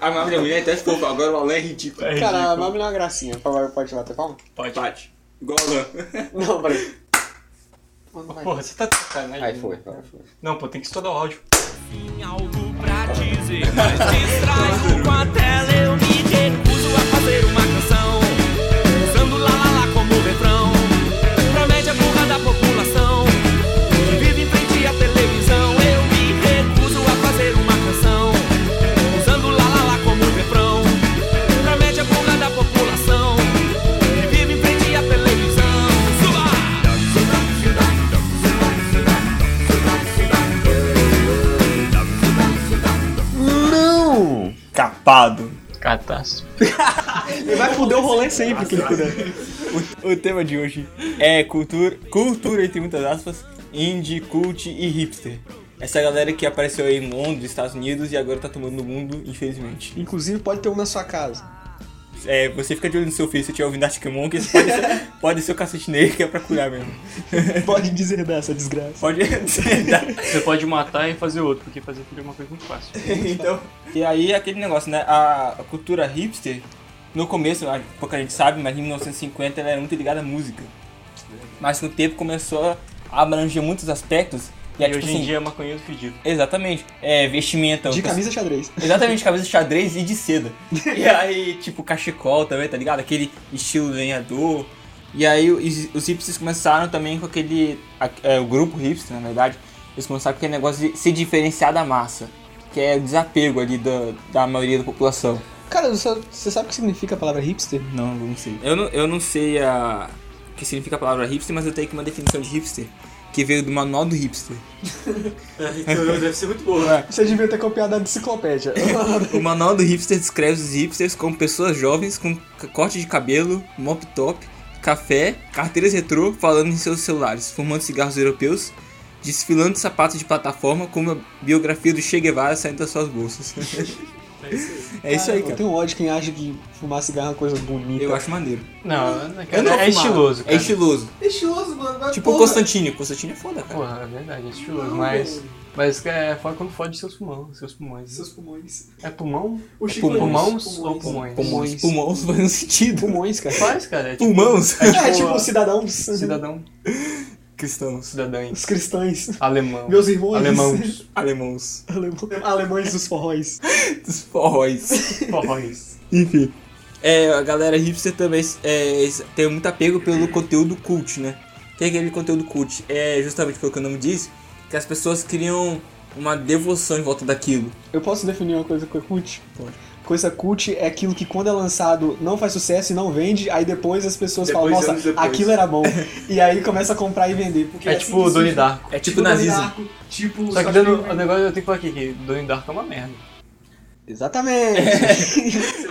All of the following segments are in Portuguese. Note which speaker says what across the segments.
Speaker 1: A Marvel da mulher é até fofa, agora o Alan é ridículo.
Speaker 2: Cara, a
Speaker 3: É
Speaker 4: então.
Speaker 3: ridículo.
Speaker 2: Mami é uma gracinha. Por favor, pode bater palma?
Speaker 3: Pode.
Speaker 1: Bate. Igual o Alan.
Speaker 2: Não, peraí. Mano, vai.
Speaker 3: Porra, você tá de sacanagem.
Speaker 2: Aí foi, aí foi.
Speaker 3: Não, pô, tem que estudar o áudio.
Speaker 5: Tem algo pra dizer, mas distraio com a tela. Eu me recuso a fazer uma canção, usando lá lá lá como refrão. Pra média burra da população que vive em frente à televisão. Eu me recuso a fazer uma canção, usando lá lá lá como refrão. Pra média burra da população que vive em frente à televisão. Suba!
Speaker 2: Não!
Speaker 3: Capado.
Speaker 5: Catástrofe.
Speaker 2: Ele vai foder o rolê sempre que ele puder.
Speaker 3: O, o tema de hoje é cultura, cultura entre muitas aspas, indie, cult e hipster. Essa galera que apareceu aí no mundo dos Estados Unidos e agora tá tomando o mundo, infelizmente.
Speaker 2: Inclusive, pode ter um na sua casa.
Speaker 3: É, você fica de olho no seu filho, se tiver ouvindo Arctic Monkeys, pode ser, pode ser o cacete nele que é pra curar mesmo.
Speaker 2: Pode dizer dessa desgraça.
Speaker 3: Pode
Speaker 4: Você pode matar e fazer outro, porque fazer filho é uma coisa muito fácil.
Speaker 3: então, e aí aquele negócio, né? A, a cultura hipster, no começo, a- pouca gente sabe, mas em 1950 ela era muito ligada à música. Mas com o tempo começou a abranger muitos aspectos. E, é,
Speaker 4: E
Speaker 3: tipo
Speaker 4: hoje
Speaker 3: assim,
Speaker 4: em dia é maconheiro fedido.
Speaker 3: Exatamente. É, vestimenta.
Speaker 2: De
Speaker 3: o-
Speaker 2: camisa xadrez.
Speaker 3: Exatamente, camisa de xadrez e de seda. E aí, tipo, cachecol também, tá ligado? Aquele estilo lenhador. E aí os, os hipsters começaram também com aquele. a- é, o grupo hipster, na verdade, eles começaram com aquele negócio de se diferenciar da massa. Que é o desapego ali da, da maioria da população.
Speaker 2: Cara, você você sabe o que significa a palavra hipster?
Speaker 3: Não, não sei. Eu não, eu não sei a. o que significa a palavra hipster, mas eu tenho aqui uma definição de hipster. Que veio do manual do hipster.
Speaker 1: É, então, Deve ser muito boa. né?
Speaker 2: Você devia ter copiado a enciclopédia.
Speaker 3: O manual do hipster descreve os hipsters como pessoas jovens com c- corte de cabelo, mop top, café, carteiras retrô, falando em seus celulares, fumando cigarros europeus, desfilando sapatos de plataforma com uma biografia do Che Guevara saindo das suas bolsas. É isso aí,
Speaker 2: Eu
Speaker 3: cara.
Speaker 2: tenho ódio de quem acha que fumar cigarro é uma coisa bonita.
Speaker 3: Eu acho maneiro.
Speaker 4: Não,
Speaker 3: Eu não
Speaker 4: é
Speaker 3: fumava.
Speaker 4: estiloso, cara.
Speaker 3: É estiloso.
Speaker 1: Estiloso, mano. vai,
Speaker 3: Tipo o
Speaker 1: porra.
Speaker 3: Constantino. Constantino é foda, cara.
Speaker 4: Porra, é verdade, é estiloso, mas... Mas é fora quando fode seus pulmões, seus pulmões.
Speaker 1: Seus pulmões.
Speaker 4: É pulmão?
Speaker 1: O
Speaker 3: É
Speaker 1: Chico-
Speaker 4: Pulmões, ou pulmões?
Speaker 3: Pulmões. Pulmões fazendo sentido.
Speaker 2: Pulmões, cara.
Speaker 4: Faz, cara. É tipo,
Speaker 3: Pulmões?
Speaker 2: É tipo cidadãos,
Speaker 4: cidadão,
Speaker 3: Cristãos.
Speaker 4: cidadãs,
Speaker 2: os cristães,
Speaker 4: alemão,
Speaker 2: meus irmãos,
Speaker 4: alemãos,
Speaker 3: Alemãos.
Speaker 2: alem- alemães dos forróis.
Speaker 3: Dos forróis.
Speaker 4: forróis.
Speaker 3: Enfim. É, a galera hipster também é, tem muito apego pelo conteúdo cult, né? O que é aquele conteúdo cult? É justamente pelo que o nome diz, que as pessoas criam uma devoção em volta daquilo.
Speaker 2: Eu posso definir uma coisa que é cult?
Speaker 3: Pode.
Speaker 2: Coisa cult é aquilo que quando é lançado não faz sucesso e não vende, aí depois as pessoas
Speaker 1: Depois,
Speaker 2: falam,
Speaker 1: anos
Speaker 2: nossa,
Speaker 1: depois."
Speaker 2: aquilo era bom. e aí começa a comprar e vender. Porque
Speaker 4: É
Speaker 2: assim
Speaker 4: tipo o
Speaker 2: que
Speaker 4: Donnie
Speaker 2: surge-
Speaker 4: Darko. Tá um
Speaker 3: É tipo nazismo.
Speaker 1: Donnie Darko, Tipo,
Speaker 4: Só que dando, o negócio eu tenho que falar aqui, que Donnie Darko é uma merda.
Speaker 2: Exatamente.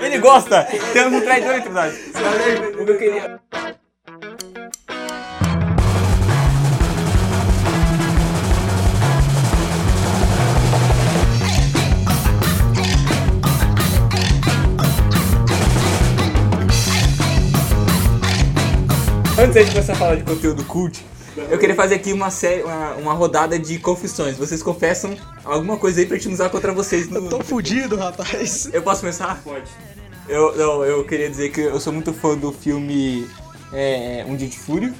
Speaker 3: Ele gosta! Temos um traidor entre nós. O que eu queria. Antes da gente começar a falar de conteúdo cult, eu queria fazer aqui uma série, uma, uma rodada de confissões. Vocês confessam alguma coisa aí pra gente usar contra vocês no.
Speaker 2: Eu tô fudido, rapaz.
Speaker 3: Eu posso começar?
Speaker 1: Pode.
Speaker 3: Eu, não, eu queria dizer que eu sou muito fã do filme é, Um Dia de Fúrio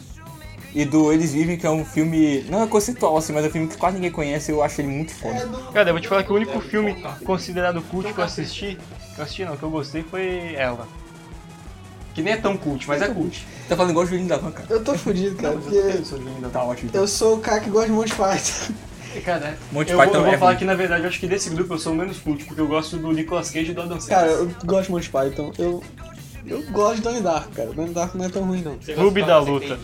Speaker 3: e do Eles Vivem, que é um filme. Não é conceitual assim, mas é um filme que quase ninguém conhece eu acho ele muito foda.
Speaker 4: Cara, eu vou te falar que o único filme considerado cult que eu assisti, que eu assisti não, que eu gostei foi ela. Que nem é tão cult, mas é cult.
Speaker 3: Tá falando igual o Julinho da Van, cara.
Speaker 2: Eu tô fudido,
Speaker 3: É
Speaker 2: cara,
Speaker 4: Mas eu
Speaker 2: porque
Speaker 4: tenho, sou linda.
Speaker 3: Tá ótimo. então.
Speaker 2: eu sou o cara que gosta de Monty Python.
Speaker 4: Cara,
Speaker 3: Monty
Speaker 4: eu,
Speaker 3: Python
Speaker 4: vou, eu
Speaker 3: é
Speaker 4: vou falar
Speaker 3: ruim.
Speaker 4: que na verdade eu acho que desse grupo eu sou o menos cult, porque eu gosto do Nicolas Cage e do Adam
Speaker 2: Cara,
Speaker 4: Sandler.
Speaker 2: eu gosto de Monty Python. Eu, eu gosto de Donnie Darko, cara. Donnie Darko não é tão ruim, não.
Speaker 4: Clube da Luta.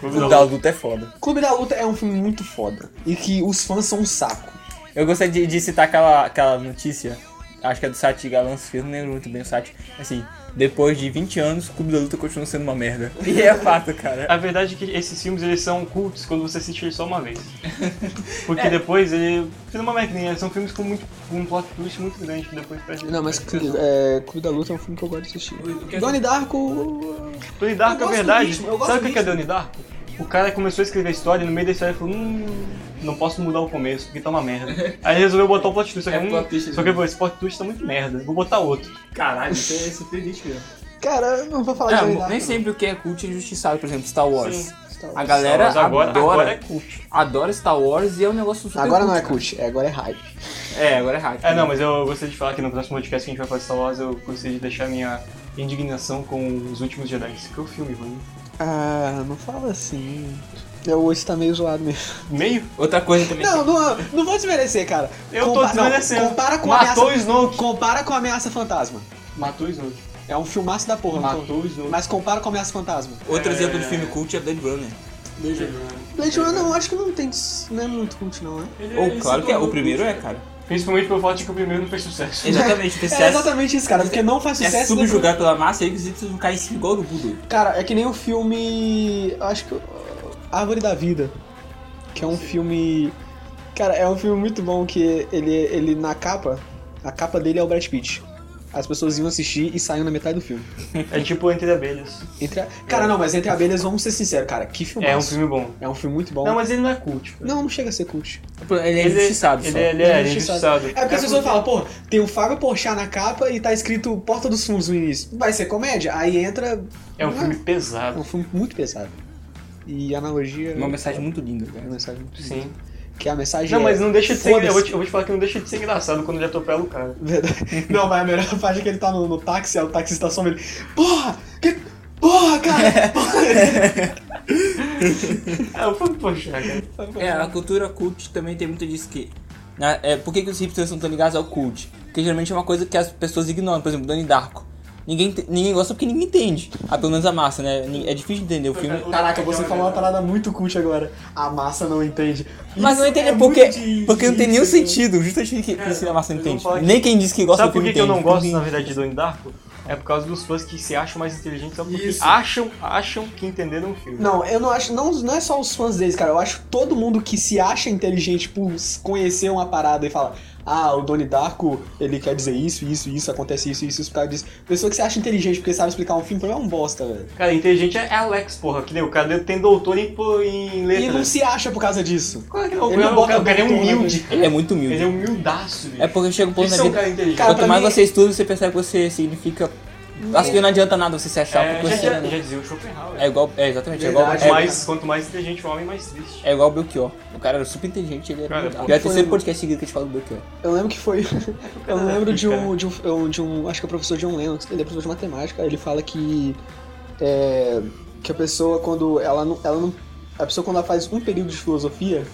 Speaker 4: Clube
Speaker 3: O
Speaker 4: da
Speaker 3: da
Speaker 4: Luta.
Speaker 3: luta é foda.
Speaker 2: Clube da Luta é um filme muito foda. E que os fãs são um saco.
Speaker 3: Eu gostaria de, de citar aquela, aquela notícia, acho que é do site Galãs Filmes, não lembro muito bem o site. Assim, depois de 20 anos, o Clube da Luta continua sendo uma merda. E é fato, cara.
Speaker 4: A verdade é que esses filmes eles são cultos quando você assiste ele só uma vez. Porque
Speaker 3: É.
Speaker 4: depois ele fica uma maquininha, são filmes com, muito, com um plot twist muito grande que depois perde.
Speaker 2: Não, mas Clube, é, Clube da Luta é um filme que eu gosto de assistir.
Speaker 4: é
Speaker 2: Donnie Darko.
Speaker 4: Donnie Darko é
Speaker 2: Eu gosto do
Speaker 4: verdade.
Speaker 2: ritmo, eu gosto
Speaker 4: Sabe o
Speaker 2: do
Speaker 4: que que é
Speaker 2: ritmo.
Speaker 4: Donnie Darko? O cara começou a escrever a história e no meio da história ele falou: Hum, não posso mudar o começo, porque tá uma merda. Aí ele resolveu botar o plot twist, só que, um,
Speaker 3: É plot twist,
Speaker 4: só que pô, esse plot twist tá muito merda, vou botar outro.
Speaker 3: Caralho, isso é surpreendente mesmo.
Speaker 2: Cara, eu não vou falar
Speaker 3: Ah,
Speaker 2: de verdade.
Speaker 3: nem sempre o que é cult é injustiçado, por exemplo, Star Wars.
Speaker 4: Sim.
Speaker 2: Star
Speaker 3: A
Speaker 2: Wars.
Speaker 3: galera
Speaker 4: Mas agora,
Speaker 3: adora,
Speaker 4: agora é cult.
Speaker 3: adora Star Wars e é um negócio super
Speaker 2: Agora não é
Speaker 3: cara.
Speaker 2: cult, é, agora é hype.
Speaker 3: É, agora é hack.
Speaker 4: É, não, mas eu gostaria de falar que no próximo podcast que a gente vai falar de Star Wars, eu gostaria de deixar minha indignação com os últimos Jedi, que é o filme ruim.
Speaker 2: Ah, não fala assim. Meu osso tá meio zoado mesmo.
Speaker 4: Meio?
Speaker 3: Outra coisa também.
Speaker 2: Não, não, não vou desmerecer, cara.
Speaker 4: Eu tô
Speaker 2: não,
Speaker 4: desmerecendo.
Speaker 2: Compara com a
Speaker 4: Matou o
Speaker 2: ameaça.
Speaker 4: Snoke!
Speaker 2: Compara com a ameaça fantasma.
Speaker 4: Matou o Snoke.
Speaker 2: É um filmaço da porra, não tô-
Speaker 4: Matou o Snoke.
Speaker 2: mas compara com a ameaça fantasma.
Speaker 3: Outro
Speaker 4: É.
Speaker 3: exemplo de filme cult é Blade Runner. É
Speaker 2: Blade Runner eu acho que não tem. Não é muito cult, não, é?
Speaker 3: Ou, claro que é. O primeiro é, cara.
Speaker 4: Principalmente pelo fato de que o primeiro não fez sucesso.
Speaker 3: Exatamente, o
Speaker 2: É
Speaker 3: TCS
Speaker 2: exatamente isso, cara, porque não faz
Speaker 3: é,
Speaker 2: sucesso. depois-
Speaker 3: subjugado pela massa e os Y caem em cima igual do Budo.
Speaker 2: Cara, é que nem o filme. eu Acho que. uh, Árvore da Vida. Que é um filme. Cara, é um filme muito bom que ele, ele na capa. A capa dele é o Brad Pitt. As pessoas iam assistir e saíam na metade do filme.
Speaker 4: É tipo Entre Abelhas.
Speaker 2: Entre a- Cara, não, mas Entre Abelhas, vamos ser sinceros, cara. Que filme
Speaker 4: É um filme bom.
Speaker 2: É tipo, um filme muito bom.
Speaker 4: Não,
Speaker 2: Não,
Speaker 4: mas ele não é cult. cara.
Speaker 2: não, chega a ser cult.
Speaker 3: Ele é injustiçado
Speaker 4: ele,
Speaker 3: só.
Speaker 4: ele é injustiçado.
Speaker 2: É porque as pessoas falam, pô, tem o Fábio Porchat na capa e tá escrito Porta dos Fundos no início. Vai ser comédia? Aí entra.
Speaker 4: É um filme
Speaker 2: É um
Speaker 4: pesado.
Speaker 2: filme muito pesado. E a analogia.
Speaker 3: Uma mensagem muito linda,
Speaker 2: É
Speaker 3: cara.
Speaker 2: uma mensagem muito
Speaker 4: Sim.
Speaker 2: Que a mensagem
Speaker 4: Não,
Speaker 2: é,
Speaker 4: mas não deixa de ser.
Speaker 2: foda-se.
Speaker 4: Eu vou, te, eu vou te falar que não deixa de ser engraçado quando ele atropela o cara.
Speaker 2: Verdade. Não, mas a melhor parte é que ele tá no, no táxi, aí o taxista some ele. Porra! Que... Porra, cara!
Speaker 4: É, eu falo, poxa, cara.
Speaker 3: É, a cultura cult também tem muito disso que... na- é, por que, que os hipsters não tão ligados ao cult? Porque geralmente é uma coisa que as pessoas ignoram. Por exemplo, Donnie Darko. Ninguém, te- ninguém gosta porque ninguém entende. Ah, pelo menos a massa, né? Ni- É difícil de entender o filme.
Speaker 2: Caraca,
Speaker 3: é
Speaker 2: você
Speaker 3: um
Speaker 2: falou uma parada muito cult agora. A massa não entende.
Speaker 3: Mas
Speaker 2: Isso
Speaker 3: não entende
Speaker 2: é
Speaker 3: porque,
Speaker 2: muito de-
Speaker 3: porque não tem
Speaker 2: de-
Speaker 3: nenhum sentido. Justamente que que a massa não
Speaker 4: eu não
Speaker 3: entende.
Speaker 4: falo que-
Speaker 3: Nem quem diz que gosta
Speaker 4: Sabe
Speaker 3: do
Speaker 4: por
Speaker 3: filme
Speaker 4: que, que eu
Speaker 3: entende,
Speaker 4: não gosto,
Speaker 3: porque-
Speaker 4: na verdade, de Donnie Darko? É por causa dos fãs que se acham mais inteligentes, sabe? Porque
Speaker 1: Isso.
Speaker 4: acham, acham que entenderam o filme.
Speaker 2: Não, eu não acho. Não, não é só os fãs deles, cara. Eu acho todo mundo que se acha inteligente por conhecer uma parada e fala. Ah, o Donnie Darko, ele quer dizer isso, isso, isso, acontece isso, isso, isso, por causa disso. Pessoa que se acha inteligente porque sabe explicar um filme, pra mim é um bosta, velho.
Speaker 4: Cara, inteligente é Alex, porra. Que nem o cara tem doutor em, pô, em
Speaker 2: E não
Speaker 4: letras.
Speaker 2: se acha por causa disso.
Speaker 4: Claro que não. O
Speaker 2: Ele não
Speaker 4: cara, o
Speaker 2: bota
Speaker 4: cara- o cara é
Speaker 2: doutor na
Speaker 4: humilde.
Speaker 3: Ele é muito humilde.
Speaker 4: Ele é humildaço,
Speaker 3: É
Speaker 4: bicho.
Speaker 3: porque chega um ponto
Speaker 4: Eles
Speaker 3: na
Speaker 4: são um
Speaker 3: vida.
Speaker 4: cara inteligente.
Speaker 2: Cara, pra
Speaker 3: Quanto mais
Speaker 2: mim-
Speaker 3: você estuda, você percebe que você significa. Acho que não adianta nada você se achar.
Speaker 4: É,
Speaker 3: porque
Speaker 4: já,
Speaker 3: você
Speaker 4: já,
Speaker 3: não-
Speaker 4: já dizia o Schopenhauer.
Speaker 3: é igual. É, exatamente. É igual,
Speaker 2: Verdade,
Speaker 4: Quanto
Speaker 3: é,
Speaker 4: mais, quanto mais inteligente o homem, mais triste.
Speaker 3: é igual o Belchior. O cara era super inteligente, ele era.
Speaker 4: Cara,
Speaker 3: humildade.
Speaker 4: pô,
Speaker 3: Já é o
Speaker 2: foi
Speaker 3: terceiro
Speaker 2: um-
Speaker 3: podcast seguido que a gente fala do Belchior.
Speaker 2: Eu lembro que foi. Eu lembro de um,
Speaker 4: Cara.
Speaker 2: de, um, eu- de um. Acho que é o professor John Lennox, ele é professor de matemática, ele fala que. É, que a pessoa quando. Ela não, ela não. A pessoa quando ela faz um período de filosofia,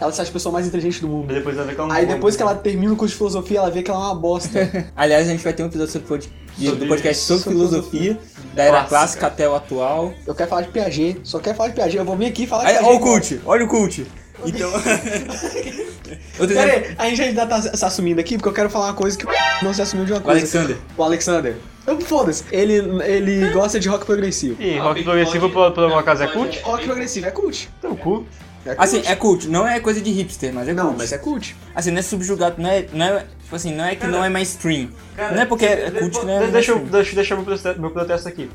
Speaker 2: ela se acha a pessoa mais inteligente do
Speaker 4: Mas
Speaker 2: mundo.
Speaker 4: depois ela vê que ela não é
Speaker 2: Aí
Speaker 4: foi.
Speaker 2: depois que ela termina o curso de filosofia, ela vê que ela é uma bosta.
Speaker 3: Aliás, a gente vai ter um episódio sobre, pod- de- do
Speaker 4: Sobre-
Speaker 3: podcast sobre,
Speaker 2: sobre
Speaker 3: filosofia, da era
Speaker 4: Clássica.
Speaker 3: clássica até o atual.
Speaker 2: Eu quero falar de Piaget, só quero falar de Piaget, eu vou vir aqui e falar de
Speaker 3: Aí,
Speaker 2: Piaget.
Speaker 3: olha o cult, olha o cult. Então. Outro
Speaker 2: Pera
Speaker 3: exemplo.
Speaker 2: aí, a gente ainda tá se se assumindo aqui, porque eu quero falar uma coisa que o não se assumiu de uma
Speaker 3: O
Speaker 2: coisa.
Speaker 3: Alexander.
Speaker 2: O Alexander. Eu- Foda-se, ele, ele gosta de rock progressivo.
Speaker 4: Ih,
Speaker 1: Ah,
Speaker 4: rock
Speaker 1: Pink
Speaker 4: progressivo
Speaker 1: Floyd-
Speaker 4: por, por uma casa é
Speaker 1: Pink
Speaker 4: cult?
Speaker 2: Rock progressivo é cult.
Speaker 4: Teu cu.
Speaker 2: É cult.
Speaker 3: Assim, é cult, não é coisa de hipster, mas é
Speaker 2: Não,
Speaker 3: cult.
Speaker 2: mas é cult.
Speaker 3: Assim, não é subjugado, não é. Não é tipo assim, não é que não é mainstream.
Speaker 4: Cara,
Speaker 3: não é porque é
Speaker 4: de-
Speaker 3: cult,
Speaker 4: de-
Speaker 3: né?
Speaker 4: Deixa eu deixa, deixa eu meu, protesto, meu protesto aqui.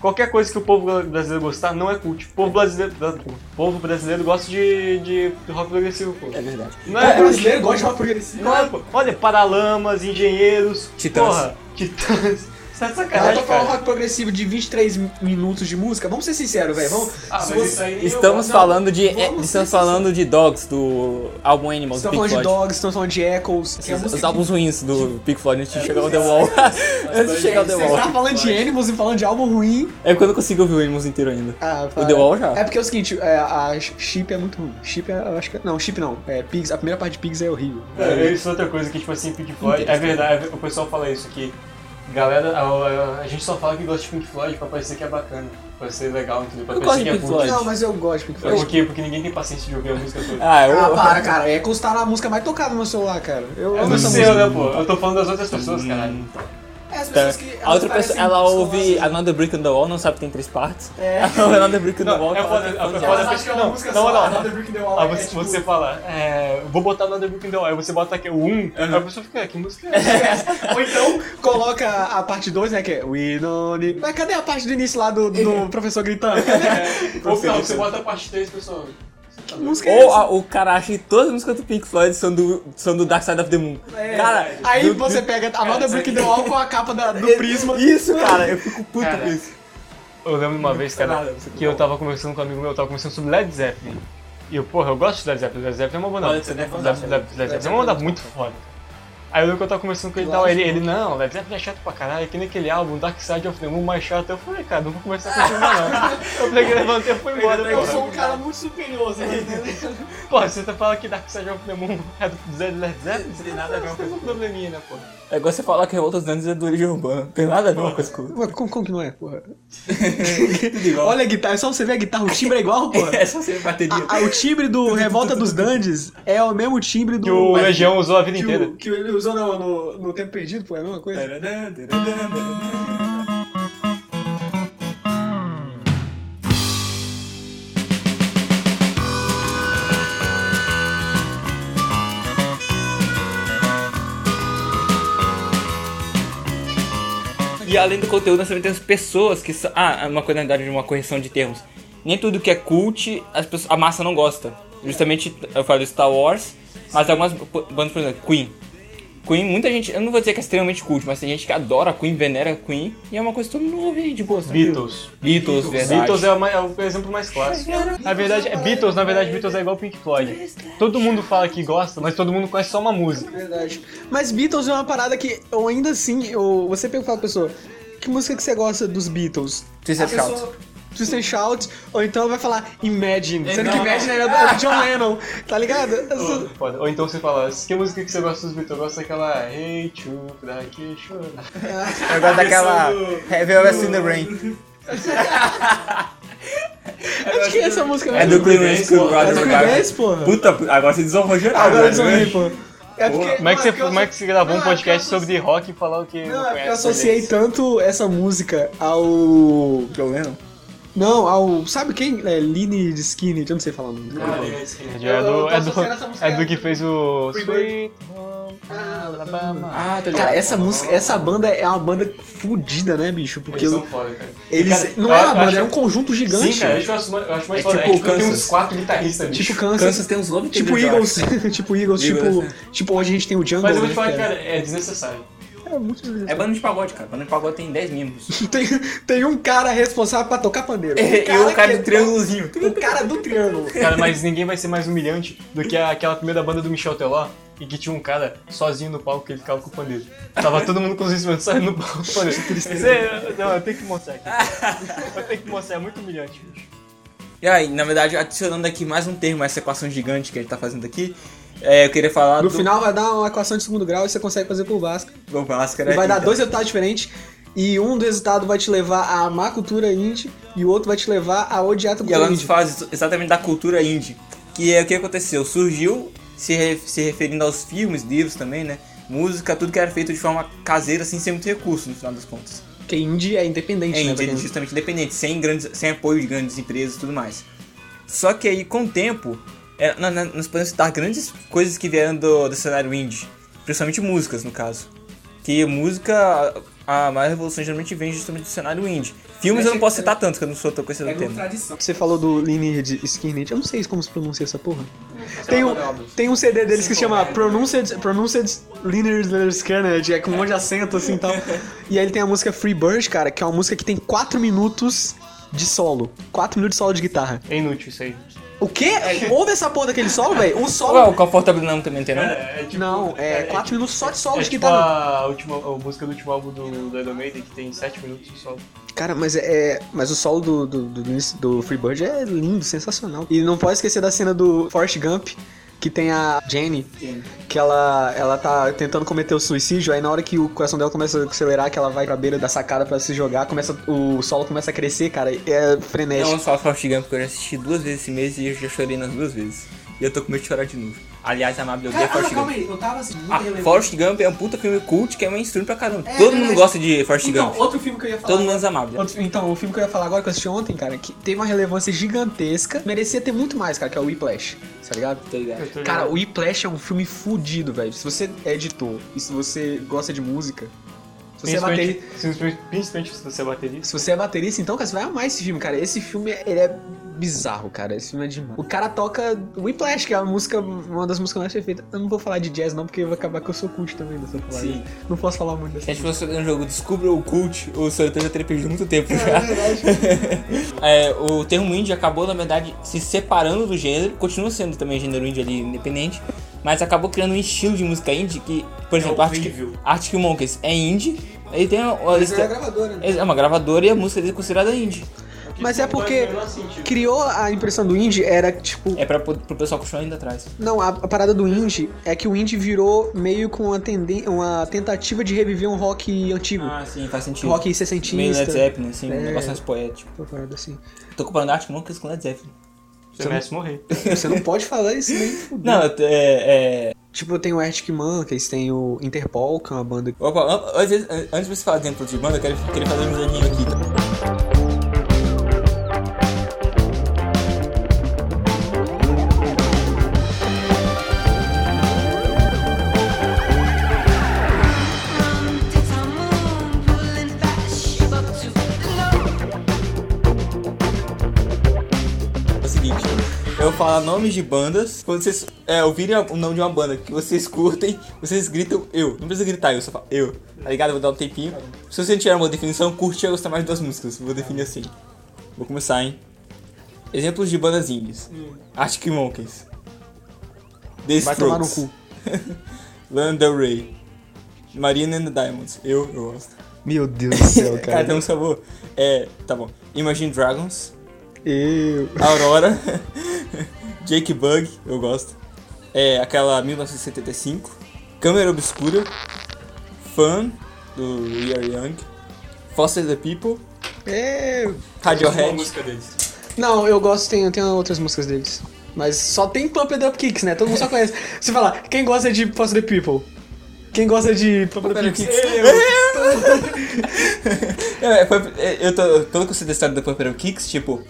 Speaker 4: Qualquer coisa que o povo brasileiro gostar não é cult. O povo brasileiro, o povo brasileiro gosta de, de rock progressivo, pô.
Speaker 3: É verdade.
Speaker 4: Não é cult.
Speaker 2: brasileiro gosta de rock progressivo.
Speaker 4: Não é, pô. Olha, Paralamas, Engenheiros,
Speaker 3: Titãs.
Speaker 4: porra, Titãs. Isso é
Speaker 2: Cara, eu
Speaker 4: sacanagem,
Speaker 2: tô falando
Speaker 4: cara.
Speaker 2: rock progressivo de 23 minutos de música. Vamos ser sinceros, velho. Vamos.
Speaker 4: Ah,
Speaker 2: se
Speaker 4: mas
Speaker 2: você-
Speaker 4: isso aí eu-
Speaker 3: Estamos
Speaker 4: não,
Speaker 3: falando de.
Speaker 2: vamos
Speaker 3: é,
Speaker 2: ser
Speaker 3: estamos falando de Dogs do álbum Animals do
Speaker 2: Estão
Speaker 3: Pink
Speaker 2: falando de
Speaker 3: Floyd.
Speaker 2: Dogs, estão falando de Echoes. que é a
Speaker 3: Os, os
Speaker 2: música É
Speaker 3: álbuns ruins do Pink Floyd antes de chegar ao The Wall. antes de chegar ao The
Speaker 2: que- Você
Speaker 3: Wall.
Speaker 2: tá falando de Animals e falando de álbum ruim.
Speaker 3: É quando eu consigo ouvir o Animals inteiro ainda.
Speaker 2: Ah,
Speaker 3: O The Wall já.
Speaker 2: É porque é o seguinte, é, a Chip é muito ruim. Chip é, eu acho que. Não, Chip não. É, Pigs, a primeira parte de Pigs é horrível.
Speaker 4: É, isso é outra coisa que, tipo assim, Pink Floyd. É
Speaker 3: Interessante.
Speaker 4: verdade, o pessoal fala isso aqui. Galera, a, a- a gente só fala que gosta de Pink Floyd pra parecer que é bacana, pra ser legal, entendeu? Pra
Speaker 3: Eu
Speaker 4: parecer que
Speaker 3: gosto de
Speaker 4: é
Speaker 3: Pink
Speaker 4: cult.
Speaker 3: Floyd.
Speaker 2: Não, mas eu gosto de Pink
Speaker 4: Sabe
Speaker 2: Floyd.
Speaker 4: por quê? Porque ninguém tem paciência de ouvir a música toda.
Speaker 3: Ah, eu.
Speaker 2: Ah, para, cara. Echoes tá na música mais tocada no celular, cara.
Speaker 3: É
Speaker 2: Eu
Speaker 4: Eu
Speaker 2: amo
Speaker 4: não
Speaker 2: essa
Speaker 4: sei,
Speaker 2: música.
Speaker 4: né, pô? Eu tô falando das outras pessoas, caralho.
Speaker 2: É, as
Speaker 3: Tá.
Speaker 2: pessoas que. É.
Speaker 3: A outra pessoa, ela ouve
Speaker 2: a
Speaker 3: Another Brick on the Wall, não sabe que tem três partes. Ela ouve Another Brick on the
Speaker 4: Não,
Speaker 3: Wall. tá.
Speaker 4: é
Speaker 3: fala
Speaker 4: foda-
Speaker 3: que
Speaker 4: é
Speaker 3: tem-
Speaker 4: foda- Não, não, não.
Speaker 2: Brick the Wall
Speaker 4: Ah,
Speaker 2: é,
Speaker 4: você,
Speaker 2: tipo,
Speaker 4: você fala, é, vou botar Another Book in the Wall, aí você bota aqui o 1, aí a pessoa fica, que música é essa?
Speaker 2: Ou então coloca a parte 2, né? Que é We don't need... Mas cadê a parte do início lá do, do professor gritando? Cadê?
Speaker 4: Ou não, você bota a parte 3, pessoal.
Speaker 2: Que música é
Speaker 3: Ou
Speaker 2: essa?
Speaker 3: a- o cara acha que todas as músicas do Pink Floyd são do, são do Dark Side of the Moon. cara,
Speaker 2: É, Aí
Speaker 3: do-
Speaker 2: você pega a Amanda Brook deu álcool com a capa da- do Prisma.
Speaker 3: Isso, cara, eu fico puto
Speaker 4: Cara,
Speaker 3: com isso.
Speaker 4: Eu lembro de uma vez, cara,
Speaker 3: Nada, você
Speaker 4: que eu tava conversando com um amigo meu, eu tava conversando sobre Led Zeppelin. E eu, porra, eu gosto de Led Zeppelin, Led Zeppelin é uma banda.
Speaker 3: Olha,
Speaker 4: Led
Speaker 3: você não é fã
Speaker 4: Zeppelin
Speaker 3: da
Speaker 4: Led Zeppelin é uma banda muito foda. Aí eu lembro que eu tava conversando com ele e tal, ele, ele, não, Led Zeppelin é chato pra caralho, é que nem aquele álbum Dark Side of the Moon mais chato. Eu falei, cara, não vou conversar com esse não. Eu peguei, levantei e fui embora.
Speaker 2: Eu
Speaker 4: porra.
Speaker 2: sou um cara muito superior, sabe?
Speaker 4: Pô, você tá falando que Dark Side of the Moon é do Zé- Led Zeppelin?
Speaker 3: Não tem nada a ver uma
Speaker 4: Tem um probleminha, né, pô?
Speaker 3: É igual você falar que Revolta dos Dantes é do origem urbana. Tem nada a ver uma coisa com
Speaker 2: Ué, como, como que não é, porra?
Speaker 3: tudo igual.
Speaker 2: Olha a guitarra, é só você ver a guitarra, o timbre é igual, porra.
Speaker 3: é só você bateria.
Speaker 2: A- a- o timbre do Revolta dos Dandes é o mesmo timbre do.
Speaker 4: Que o Legião usou a vida
Speaker 2: que,
Speaker 4: inteira.
Speaker 2: o- que ele usou no, no, no Tempo Perdido, pô, é a mesma coisa.
Speaker 3: E além do conteúdo, nós também temos pessoas que são. Ah, uma coisa, na verdade, uma correção de termos. Nem tudo que é cult, as pessoas- a massa não gosta. Justamente, eu falo do Star Wars, mas algumas po- bandas, por exemplo, Queen. Queen, muita gente, eu não vou dizer que é extremamente cult, mas tem gente que adora Queen, venera Queen, e é uma coisa que todo mundo ouve aí de boa. tranquilo.
Speaker 4: Beatles.
Speaker 3: Beatles, verdade.
Speaker 4: Beatles é, o ma- é o exemplo mais clássico. Na verdade, é Beatles, na verdade, Beatles é igual Pink Floyd. Todo mundo fala que gosta, mas todo mundo conhece só uma música.
Speaker 2: Verdade. Mas Beatles é uma parada que, ou ainda assim, eu, você pergunta pra pessoa, que música que você gosta dos Beatles?
Speaker 3: Twisted
Speaker 2: A pessoa-
Speaker 3: Shout.
Speaker 2: Twisted Shout, ou então ela vai falar Imagine, sendo que
Speaker 3: não.
Speaker 2: Imagine era do John Lennon, tá ligado? Essa-
Speaker 4: Foda. Ou então você fala, que música que você gosta dos Beatles? Eu gosto daquela Hey Chup, daqui chora.
Speaker 3: Eu gosto daquela Revel in the Rain.
Speaker 2: Acho que essa música
Speaker 3: É do Clearance com o
Speaker 2: É do
Speaker 3: Roger
Speaker 2: Creedence, porra.
Speaker 3: Puta, agora você desonrou geral,
Speaker 2: Agora eles
Speaker 3: velho.
Speaker 2: vão
Speaker 1: né?
Speaker 2: rir, pô. É porque,
Speaker 4: Como é que você,
Speaker 2: não, é
Speaker 4: como é que você gravou
Speaker 2: Não,
Speaker 4: um
Speaker 2: é porque eu
Speaker 4: podcast
Speaker 2: associo-
Speaker 4: sobre rock e falou que não,
Speaker 2: Não, é porque eu
Speaker 4: conhece?
Speaker 2: associei tanto essa música ao.
Speaker 3: John Lennon?
Speaker 2: Não, ao. Sabe quem? É Line de Skinny, eu não sei falar o
Speaker 4: É
Speaker 2: nome.
Speaker 4: do, é,
Speaker 2: Eu tô associando essa
Speaker 4: do,
Speaker 2: música
Speaker 4: é do que fez o
Speaker 2: Freebird.
Speaker 4: Sweet Home Alabama.
Speaker 3: Ah, tá
Speaker 2: Cara, essa música, essa banda é uma banda fodida, né, bicho? Porque
Speaker 4: Eles
Speaker 2: eles.
Speaker 4: são foda, cara. Cara,
Speaker 2: não é
Speaker 4: eu
Speaker 2: uma banda,
Speaker 4: acho-
Speaker 2: é um conjunto gigante.
Speaker 4: Sim, cara, eu acho, mais- eu acho mais
Speaker 3: É
Speaker 4: foda.
Speaker 3: tipo
Speaker 4: é, tipo, tem
Speaker 3: Kansas.
Speaker 4: uns quatro guitarristas, bicho.
Speaker 2: tipo Kansas.
Speaker 3: Kansas tem uns nomes
Speaker 2: Tipo Eagles, tipo Eagles,
Speaker 3: Eagles, né?
Speaker 2: tipo, tipo hoje a gente tem o Jungle.
Speaker 4: é. Mas eu vou
Speaker 2: né,
Speaker 4: te falar, que,
Speaker 2: cara?
Speaker 4: cara, é desnecessário.
Speaker 2: É muito
Speaker 3: É banda de pagode, cara. Banda de pagode tem 10 membros.
Speaker 2: tem, tem um cara responsável pra tocar
Speaker 4: É,
Speaker 2: pandeiro. Um
Speaker 3: E o cara
Speaker 2: que-
Speaker 3: do triângulozinho.
Speaker 2: O cara do triângulo.
Speaker 4: Cara, mas ninguém vai ser mais humilhante do que a- aquela primeira banda do Michel Teló e que tinha um cara sozinho no palco que ele ficava com o pandeiro. Tava todo mundo com os instrumentos saindo no palco com o pandeiro. Você- não, eu tenho que mostrar aqui. Eu tenho que mostrar, é muito humilhante, bicho.
Speaker 3: E aí, na verdade, adicionando aqui mais um termo, essa equação gigante que ele tá fazendo aqui, é, eu queria falar
Speaker 2: No
Speaker 3: do...
Speaker 2: final vai dar uma equação de segundo grau e você consegue fazer pro Vasco.
Speaker 3: Bom, Vascara,
Speaker 2: E vai dar
Speaker 3: então.
Speaker 2: dois resultados diferentes. E um do resultado vai te levar a amar a cultura indie e o outro vai te levar a odiar a
Speaker 3: E
Speaker 2: cultura
Speaker 3: ela nos
Speaker 2: indie.
Speaker 3: fala exatamente da cultura indie. Que é o que aconteceu. Surgiu se, re- se referindo aos filmes, livros também, né? Música, tudo que era feito de forma caseira, assim, sem muito recurso, no final das contas.
Speaker 2: Porque indie é independente,
Speaker 3: É
Speaker 2: né?
Speaker 3: indie,
Speaker 2: pra quem-
Speaker 3: justamente independente, sem, grandes, sem apoio de grandes empresas e tudo mais. Só que aí, com o tempo, é, na- na- nós podemos citar grandes coisas que vieram do, do cenário indie, principalmente músicas, no caso. Que música, a, a maior revolução geralmente vem justamente do cenário indie. Filmes eu não posso citar tanto, que eu não sou tão conhecido
Speaker 1: É
Speaker 3: do
Speaker 1: uma
Speaker 3: tema.
Speaker 1: tradição.
Speaker 2: Você falou do Lineage Skinhead, eu não sei como se pronuncia essa porra.
Speaker 4: é
Speaker 2: Tem um, tem um CD deles que se chama Pronounced, Pronounced Lineage Skinhead, é com um monte de acento assim e tal. E aí ele tem a música Free Bird, cara, que é uma música que tem 4 minutos de solo. 4 minutos de solo de guitarra.
Speaker 4: É inútil isso aí.
Speaker 2: O quê? Ouve essa porra daquele solo, velho? Um
Speaker 3: Ué,
Speaker 2: solo.
Speaker 3: é o Confortable não também tem, não?
Speaker 4: É, é tipo-
Speaker 2: Não, é 4 minutos só de solo
Speaker 4: É
Speaker 2: de
Speaker 4: tipo
Speaker 2: guitarra.
Speaker 4: a, última, a música do último álbum do, do Iron Maiden, que tem 7 minutos de solo.
Speaker 2: Cara, mas é. Mas o solo do, do, do, início- do Freebird é lindo, sensacional. E não pode esquecer da cena do Forrest Gump, que tem a Jenny, que ela, ela tá tentando cometer o suicídio, aí na hora que o coração dela começa a acelerar, que ela vai pra beira da sacada pra se jogar, começa. O solo começa a crescer, cara. e É frenético.
Speaker 3: Não só Forrest Gump, que eu já assisti duas vezes esse mês e eu já chorei nas duas vezes. E eu tô com medo de chorar de novo. Aliás, a Mabel odeia Forrest Gump.
Speaker 1: aí, eu tava assim, muito
Speaker 3: é Ah,
Speaker 1: relevante.
Speaker 3: Forrest Gump é um puta filme cult que é mainstream pra caramba.
Speaker 1: É,
Speaker 3: Todo
Speaker 1: é,
Speaker 3: mundo
Speaker 1: é.
Speaker 3: gosta de Forrest
Speaker 1: Então,
Speaker 3: Gump.
Speaker 1: outro filme que eu ia falar.
Speaker 3: Todo mundo ama Mabel.
Speaker 2: Outro- Então, o filme que eu ia falar agora, que eu assisti ontem, cara, que teve uma relevância gigantesca, merecia ter muito mais, cara, que é o Whiplash, tá ligado?
Speaker 3: Tô ligado.
Speaker 2: Cara, o Whiplash é um filme fudido, velho. Se você é editor e se você gosta de música, se você é
Speaker 4: principalmente,
Speaker 2: baterista,
Speaker 4: principalmente, principalmente se você é baterista.
Speaker 2: se você é baterista, então, cara, você vai amar esse filme, cara. Esse filme, ele é bizarro, cara. Esse filme é demais. O cara toca Whiplash, que é a música, uma das músicas mais perfeitas. Eu não vou falar de jazz, não, porque vai acabar que eu sou cult também dessa falar.
Speaker 3: Sim.
Speaker 2: Não posso falar muito dessa
Speaker 3: Se a gente fosse fazer um jogo Descubra o Cult, o Santana já teria perdido muito tempo já.
Speaker 2: verdade.
Speaker 3: É, o termo indie acabou, na verdade, se separando do gênero, continua sendo também gênero indie ali independente, mas acabou criando um estilo de música indie que, por exemplo, Arctic,
Speaker 4: horrível.
Speaker 3: Arctic Monkeys é indie, ele tem uma, uma
Speaker 1: Mas é
Speaker 3: lista-
Speaker 1: a gravadora, né?
Speaker 3: é uma gravadora e a música dele é considerada indie.
Speaker 2: Mas é porque
Speaker 4: Não faz o menor sentido.
Speaker 2: criou a impressão do indie, era tipo,
Speaker 3: É pra, pro pessoal continuar indo atrás.
Speaker 2: Não, a, a parada do indie é que o indie virou meio com uma, tenden- uma tentativa de reviver um rock antigo.
Speaker 3: Ah, sim, faz sentido.
Speaker 2: rock
Speaker 3: Meio Led
Speaker 2: sessentista.
Speaker 3: Zeppelin, assim,
Speaker 2: É.
Speaker 3: um negócio mais poético.
Speaker 2: Uma parada assim.
Speaker 3: Tô comparando Arctic Monkeys com Led Zeppelin.
Speaker 4: Você merece morrer.
Speaker 2: Você não pode falar isso nem fudendo.
Speaker 3: Não, é... é
Speaker 2: Tipo, tem o Arctic Monkeys, tem o Interpol, que é uma banda que
Speaker 3: Opa, an- antes, antes de você falar dentro de banda, eu quero, queria fazer um joguinho aqui. É o seguinte, eu vou falar nomes de bandas. Quando vocês é, ouvirem o nome de uma banda que vocês curtem, vocês gritam eu. Não precisa gritar eu, só fala eu. Tá ligado? Eu Vou dar um tempinho. Se você tirar uma definição, curte ou gostar mais das músicas. Vou definir assim. Vou começar, hein? Exemplos de bandas indies. Arctic Monkeys. The
Speaker 2: Hum. vai tomar no
Speaker 3: Strokes.
Speaker 2: cu.
Speaker 3: Lana Del Rey. Marina and the Diamonds. Eu, eu gosto.
Speaker 2: Meu Deus do céu,
Speaker 3: Cara,
Speaker 2: cara.
Speaker 3: tem um sabor. É, tá bom. Imagine Dragons.
Speaker 2: Eu.
Speaker 3: Aurora, Jake Bug, eu gosto. É aquela 1975. Câmera Obscura. Fun, do We Are Young. Foster the People.
Speaker 2: É.
Speaker 4: Uma
Speaker 3: Radiohead.
Speaker 4: música deles.
Speaker 2: Não, eu gosto, tem, tem outras músicas deles. Mas só tem Pumped Up Kicks, né? Todo mundo só conhece. Você fala, quem gosta de Post the People? Quem gosta de Pumped Up Kicks?
Speaker 3: É, foi- é, eu tô, pelo que eu sei da história do Pumper Up Kicks, tipo,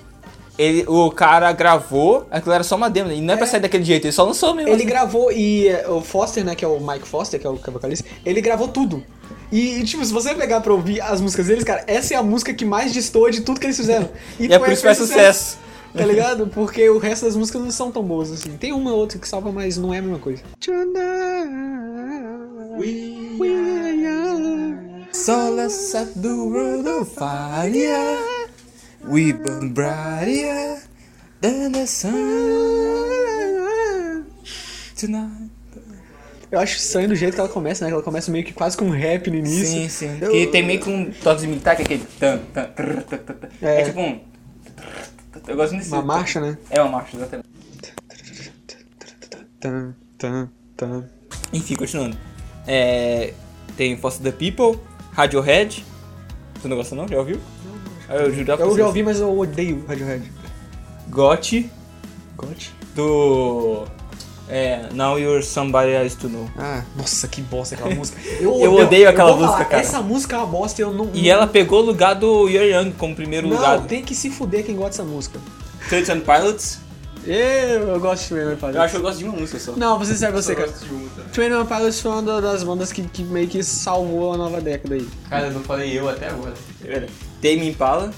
Speaker 3: ele, o cara gravou, aquilo era só uma demo, né? e não é pra sair daquele jeito, ele só lançou mesmo. é
Speaker 2: Ele gravou e eh, o Foster, né, que é o Mike Foster, que é o que é o vocalista, ele gravou tudo. E, e, tipo, se você pegar pra ouvir as músicas deles, cara, essa é a música que mais destoa de tudo que eles fizeram.
Speaker 3: E é por
Speaker 2: foi-
Speaker 3: isso que faz
Speaker 2: fez
Speaker 3: sucesso.
Speaker 2: Tá ligado? Porque o resto das músicas não são tão boas assim. Tem uma ou outra que salva, mas não é a mesma coisa.
Speaker 3: So let's set the world on fire. We burn brighter than the sun tonight.
Speaker 2: Eu acho estranho do jeito que ela começa, né? Que ela começa meio que quase com um rap no início.
Speaker 3: Sim, sim.
Speaker 2: Eu-
Speaker 3: Que tem meio que um toque de militar, que é aquele. tan, tan, trrr, tan, tan, tan. É.
Speaker 2: É.
Speaker 3: tipo um. Eu gosto desse.
Speaker 2: Uma marcha, né?
Speaker 3: É uma marcha, exatamente.
Speaker 2: Tan, tan, tan.
Speaker 3: Enfim, continuando. É, tem Foster the People, Radiohead. Você não gosta, não? Já ouviu? Eu, jurava que
Speaker 2: Eu
Speaker 3: você-
Speaker 2: já ouvi, mas eu odeio Radiohead.
Speaker 3: Got
Speaker 2: Gote?
Speaker 3: do. É, Now You're Somebody Else to Know.
Speaker 2: Ah, nossa, que bosta aquela música. Eu,
Speaker 3: odeio aquela
Speaker 2: vou
Speaker 3: música, cara.
Speaker 2: Essa música é uma bosta e eu não.
Speaker 3: E ela pegou o lugar do You're Young como primeiro
Speaker 2: não,
Speaker 3: lugar.
Speaker 2: tem que se fuder quem gosta dessa música.
Speaker 3: Thirteen Pilots.
Speaker 2: Eu, eu gosto de Twin One Pilots.
Speaker 3: Eu acho que eu gosto de uma música só.
Speaker 2: Não, você sabe você,
Speaker 4: Eu
Speaker 2: cara.
Speaker 4: gosto de uma, tá?
Speaker 2: Twin One Pilots foi uma da- das bandas que, que meio que salvou a nova década aí.
Speaker 4: Cara, eu não falei eu até agora.
Speaker 3: É Tame Impala.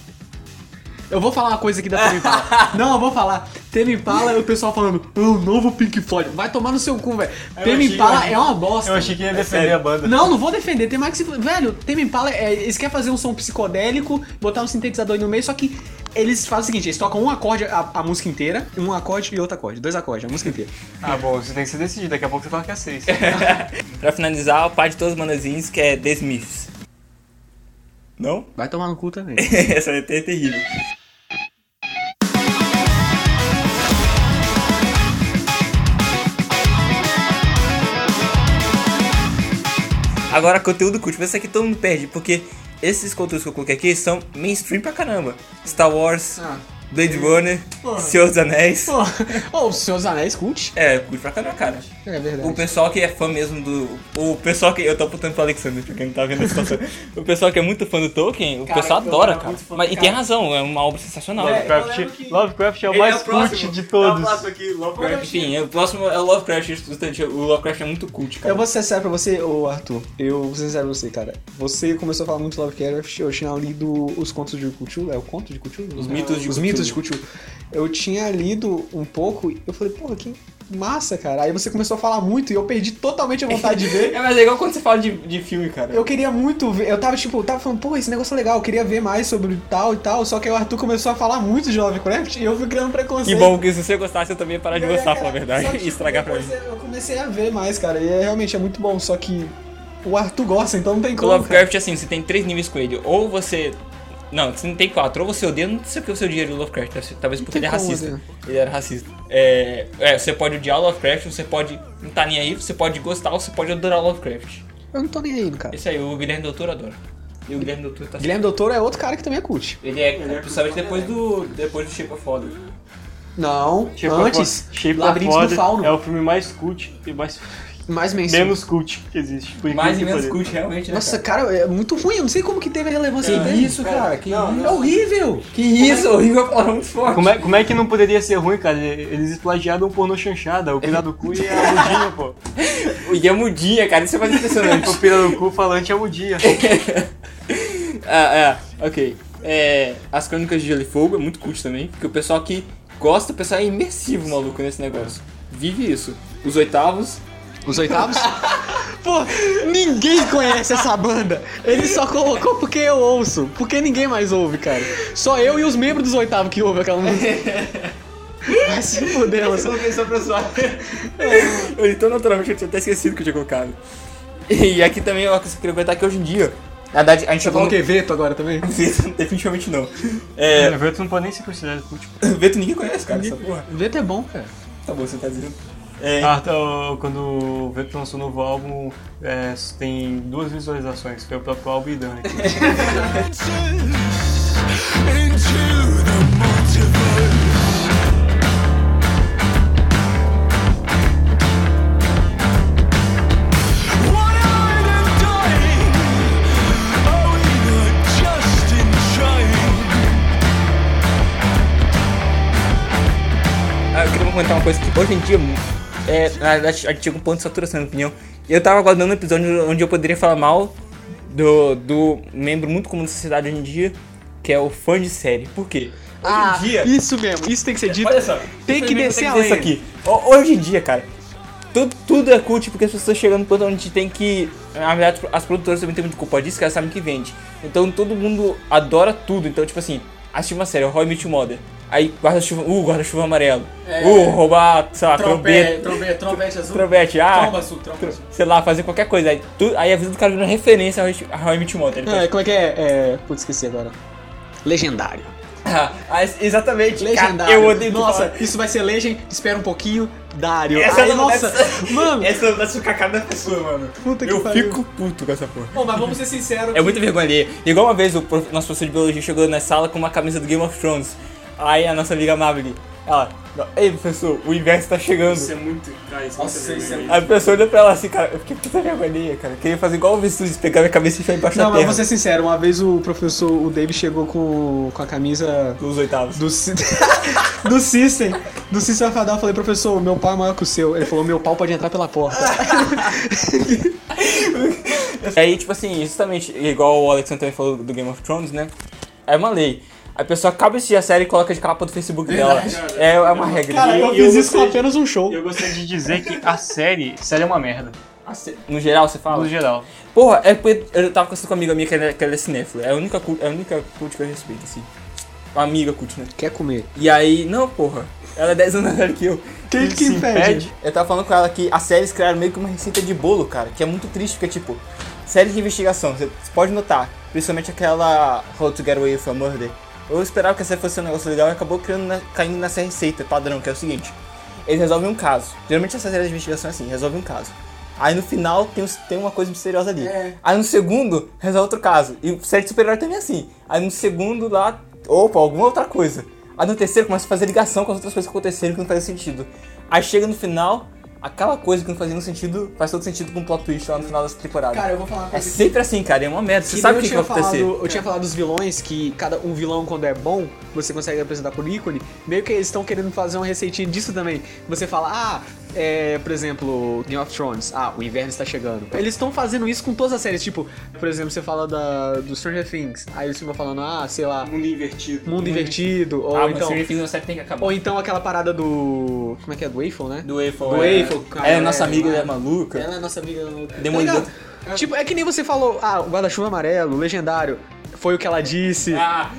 Speaker 2: Eu vou falar uma coisa aqui da Tame Impala. não, eu vou falar. Tame Impala, o pessoal falando, "Ah, o novo Pink Floyd. Vai tomar no seu cu, velho. Tame
Speaker 4: achei- eu
Speaker 2: Impala
Speaker 4: achei-
Speaker 2: é uma bosta.
Speaker 4: Eu achei que ia defender
Speaker 3: sério.
Speaker 4: a banda.
Speaker 2: Não, não vou defender. Tem mais que se... Velho, Tame Impala, é, eles querem fazer um som psicodélico, botar um sintetizador aí no meio, só que eles fazem o seguinte, eles tocam um acorde, a, a música inteira, um acorde e outro acorde, dois acordes, a música inteira.
Speaker 4: Ah, bom, você tem que se decidir. Daqui a pouco você fala que é seis.
Speaker 3: Pra finalizar, o pai de todas as manazinhas que é The Smiths. Não?
Speaker 2: Vai tomar no cu também.
Speaker 3: Essa é ter- terrível. Agora, conteúdo cult. Mas isso aqui todo mundo perde, porque esses conteúdos que eu coloquei aqui são mainstream pra caramba. Star Wars,
Speaker 2: Ah,
Speaker 3: Blade Runner, Senhor dos Anéis.
Speaker 2: pô, Ô, o Senhor dos Anéis cult?
Speaker 3: É, cult pra caramba, cara.
Speaker 2: É
Speaker 3: O
Speaker 2: verdade.
Speaker 3: pessoal que é fã mesmo do. O pessoal que. Eu tô apontando pro Alexandre, pra quem não tá vendo a situação. o pessoal que é muito fã do Tolkien, o
Speaker 2: Cara,
Speaker 3: pessoal
Speaker 2: eu
Speaker 3: adora,
Speaker 2: era
Speaker 3: cara.
Speaker 2: muito fã do
Speaker 3: Mas, e
Speaker 2: cara.
Speaker 3: tem razão, é uma obra sensacional.
Speaker 4: Lovecraft, Lovecraft é o mais cult de
Speaker 6: É
Speaker 4: todos.
Speaker 3: Enfim, é, o próximo é o Lovecraft, justamente. O Lovecraft é muito cult,
Speaker 2: Eu
Speaker 3: cara.
Speaker 2: vou ser sincero pra você, ô Arthur. Eu vou ser sincero pra você, cara. Você começou a falar muito Lovecraft, eu tinha lido os contos de Cthulhu, é o conto de Cthulhu?
Speaker 3: Os mitos de
Speaker 2: Os
Speaker 3: Cthulhu.
Speaker 2: muito discutiu. Eu tinha lido um pouco e eu falei, porra, que massa, cara. Aí você começou a falar muito e eu perdi totalmente a vontade de ver.
Speaker 3: É, mas é igual quando você fala de, de filme, cara.
Speaker 2: Eu queria muito ver, eu tava tipo, eu tava falando, pô, esse negócio é legal, eu queria ver mais sobre tal e tal, só que aí o Arthur começou a falar muito de Lovecraft e eu fui criando
Speaker 6: Que
Speaker 2: preconceito.
Speaker 6: bom que se você gostasse, eu também ia parar de
Speaker 2: Eu ia,
Speaker 6: gostar,
Speaker 2: cara,
Speaker 6: pra
Speaker 2: só
Speaker 6: verdade.
Speaker 2: que,
Speaker 6: E estragar pra mim.
Speaker 2: depois Eu comecei a ver mais, cara, e é, realmente é muito bom, só que o Arthur gosta, então não tem
Speaker 6: Com
Speaker 2: como. cara.
Speaker 6: Lovecraft, assim, você tem três níveis com ele. Ou você. Não, você não tem quatro. Ou você odeia, não sei o que é o seu dinheiro do Lovecraft. deve ser- Talvez porque ele
Speaker 2: tem
Speaker 6: é
Speaker 2: como
Speaker 6: racista.
Speaker 2: odiar.
Speaker 6: Ele era racista. É, é, você pode odiar o Lovecraft, você pode não tá nem aí, você pode gostar ou você pode adorar o Lovecraft.
Speaker 2: Eu não tô nem aí, cara.
Speaker 6: Esse aí, o Guilherme Doutor adora. E o Guilherme Doutor tá
Speaker 2: Guilherme Doutor é outro cara que também é cult.
Speaker 6: Ele é, principalmente depois do. depois do Shape of Water.
Speaker 2: Não,
Speaker 4: Shape of
Speaker 2: antes,
Speaker 4: Wa- Shape of
Speaker 2: Labirinto do
Speaker 4: Water
Speaker 2: Fauno,
Speaker 4: É o filme mais cult e mais
Speaker 2: mais mainstream.
Speaker 4: menos cult que existe. por
Speaker 6: Mais e
Speaker 4: incrível
Speaker 6: menos
Speaker 4: que
Speaker 6: cult, realmente, né?
Speaker 2: Nossa, cara, é muito ruim, eu não sei como que teve a relevância
Speaker 6: Que
Speaker 2: dele.
Speaker 6: isso, cara, que
Speaker 2: Não,
Speaker 6: isso.
Speaker 2: É horrível.
Speaker 3: Que isso, horrível é falar muito
Speaker 4: pareça.
Speaker 3: forte.
Speaker 4: Como é, como é que não poderia ser ruim, cara? Eles plagiaram um pornô chanchada, o pira do cu e a mudinha, pô. Tipo,
Speaker 3: E é mudinha, cara, isso é mais impressionante.
Speaker 4: O pira do cu falante é a mudinha.
Speaker 3: ah, ah, ok. É, as Crônicas de Gelo e Fogo é muito cult também, porque o pessoal que gosta, o pessoal é imersivo, maluco, nesse negócio. Vive isso. Os oitavos,
Speaker 2: Os oitavos? Pô, ninguém conhece essa banda. Ele só colocou porque eu ouço. Porque ninguém mais ouve, cara. Só eu e os membros dos oitavos que ouvem aquela música. Vai se fuder, lança.
Speaker 3: Eu li tão naturalmente que eu tinha até esquecido que eu tinha colocado. E aqui também é uma coisa que eu queria comentar que hoje em dia. Na verdade, a gente
Speaker 2: Você
Speaker 3: chegou
Speaker 2: falou o
Speaker 3: no...
Speaker 2: quê? Veto agora também?
Speaker 3: Definitivamente não. É,
Speaker 4: O Veto não pode nem ser considerado cult. pô.
Speaker 3: Veto ninguém conhece, cara, essa porra.
Speaker 2: Veto é bom, cara.
Speaker 3: Tá bom, você tá dizendo. É,
Speaker 4: Ah, tá, ó, quando o Veto lançou o novo álbum, é, tem duas visualizações, que é o próprio álbum e Dani.
Speaker 3: Ah, eu queria comentar uma coisa que hoje em dia é, na verdade, a gente chega um ponto de saturação, na minha opinião. E eu tava aguardando um episódio onde eu poderia falar mal do, do membro muito comum da sociedade hoje em dia, que é o fã de série. Por quê?
Speaker 2: Ah,
Speaker 3: hoje em dia,
Speaker 2: isso mesmo. Isso tem que ser dito.
Speaker 3: Olha só,
Speaker 2: Tipo, Tem que
Speaker 3: infelizmente,
Speaker 2: descer
Speaker 3: eu
Speaker 2: a
Speaker 3: tenho que dizer
Speaker 2: lenha.
Speaker 3: isso aqui. Ho- Hoje em dia, cara, tudo, tudo é cult porque as pessoas chegando no ponto onde tem que. Na verdade, as produtoras também têm muito culpa disso, que elas sabem que vende. Então todo mundo adora tudo. Então, tipo assim, assiste uma série, Roy Meet Mother. Aí guarda-chuva, uh, guarda-chuva amarelo.
Speaker 2: É.
Speaker 3: Uh, roubar, sei lá, trombeta,
Speaker 6: trombete, trombete azul.
Speaker 3: trombete, ah,
Speaker 6: Tromba azul, tromba azul.
Speaker 3: sei lá, fazer qualquer coisa. Aí, tu- aí a vida do cara vira uma referência ao How- How I Met Your Mother. Ele
Speaker 2: É, como é que é? é... Putz, esqueci agora. Legendário.
Speaker 3: pensa, ah, exatamente, cara,
Speaker 2: Legendário.
Speaker 3: eu odeio tu
Speaker 2: Nossa,
Speaker 3: falar-
Speaker 2: isso vai ser legend. Espera um pouquinho. Dário.
Speaker 3: Essa
Speaker 2: Aí,
Speaker 3: não-
Speaker 2: nossa.
Speaker 3: essa-
Speaker 2: Mano,
Speaker 3: Essa é a cacada da pessoa, mano.
Speaker 2: puta que
Speaker 3: Eu
Speaker 2: pariu.
Speaker 3: fico puto com essa porra.
Speaker 2: Bom, mas vamos ser sinceros.
Speaker 3: É muita vergonha ali. Igual uma vez o prof- nosso professor de biologia chegou na sala com uma camisa do Game of Thrones. Aí a nossa amiga Mabel, ela, ei professor, o inverso tá chegando.
Speaker 6: Isso é muito. Cara, isso Nossa, isso é muito.
Speaker 3: Aí o professor olhou pra ela assim, cara, eu fiquei com puta vergonha, cara. Eu queria fazer igual o Vestus, pegar minha cabeça e enfiar embaixo
Speaker 2: Não,
Speaker 3: da
Speaker 2: mas
Speaker 3: terra.
Speaker 2: vou ser sincero, uma vez o professor, o David chegou com, com a camisa
Speaker 3: Dos oitavos.
Speaker 2: do, Sy- do System, do System Afadal, eu falei, professor, meu pau é maior que o seu. Ele falou, meu pau pode entrar pela porta.
Speaker 3: E aí, tipo assim, justamente, igual o Alexandre também falou do Game of Thrones, né? É uma lei. A pessoa acaba de assistir a série e coloca de capa do Facebook dela. É, é uma regra.
Speaker 2: Cara,
Speaker 3: E-
Speaker 2: eu
Speaker 4: e
Speaker 2: fiz
Speaker 4: eu
Speaker 2: isso com
Speaker 4: gostei.
Speaker 2: apenas um show.
Speaker 4: Eu gostaria de dizer que a série, série é uma merda,
Speaker 3: a sé- No geral, você fala?
Speaker 4: no geral.
Speaker 3: Porra, é porque eu tava conversando com uma amiga minha que ela, que ela é cinéfila. É a única, cult- é a única cult que eu respeito, assim. Uma amiga cult, né?
Speaker 2: Quer comer?
Speaker 3: E aí, não, porra. Ela é 10 anos mais velha que eu.
Speaker 2: Quem que
Speaker 4: Se
Speaker 2: impede?
Speaker 3: Eu tava falando com ela que as séries criaram meio que uma receita de bolo, cara. Que é muito triste, porque, tipo, séries de investigação, você pode notar. Principalmente aquela How to Get Away with a Murder. Eu esperava que essa fosse um negócio legal e acabou criando na- caindo nessa receita padrão, que é o seguinte. Eles resolvem um caso. Geralmente essas séries de investigação é assim, resolve um caso. Aí no final tem, os- tem uma coisa misteriosa ali.
Speaker 2: É.
Speaker 3: Aí no segundo, resolve outro caso. E série de super-herói também é assim. Aí no segundo lá, opa, alguma outra coisa. Aí no terceiro começa a fazer ligação com as outras coisas que aconteceram que não fazem sentido. Aí chega no final, aquela coisa que não fazia nenhum sentido, faz todo sentido com o plot twist lá no final dessa temporada.
Speaker 2: Cara, eu vou falar uma
Speaker 3: é
Speaker 2: coisa que-
Speaker 3: sempre assim, cara, é uma merda. Você
Speaker 2: que
Speaker 3: sabe o
Speaker 2: eu
Speaker 3: que, que
Speaker 2: tinha
Speaker 3: vai acontecer.
Speaker 2: falado- Eu tinha falado dos vilões, que cada um vilão, quando é bom, você consegue apresentar por ícone. Meio que eles estão querendo fazer uma receitinha disso também. Você fala, ah, é, por exemplo, Game of Thrones. Ah, o inverno está chegando. Eles estão fazendo isso com todas as séries. Tipo, por exemplo, você fala da, do Stranger Things. Aí eles ficam falando, ah, sei lá,
Speaker 1: Mundo invertido.
Speaker 2: Mundo Invertido. Ou,
Speaker 3: ah, mas
Speaker 2: então,
Speaker 3: Stranger Things é uma série que tem que acabar.
Speaker 2: ou então aquela parada do... Como é que é? Do Eiffel, né?
Speaker 3: Do Eiffel.
Speaker 2: Do
Speaker 3: é.
Speaker 2: Eiffel, cara,
Speaker 3: Ela é nossa amiga,
Speaker 2: é,
Speaker 3: ela é maluca.
Speaker 2: Ela é nossa amiga... Tá
Speaker 3: Demolidor.
Speaker 2: ligado? Tipo, é que nem você falou, ah, o guarda-chuva amarelo, legendário. Foi o que ela disse.
Speaker 3: Ah,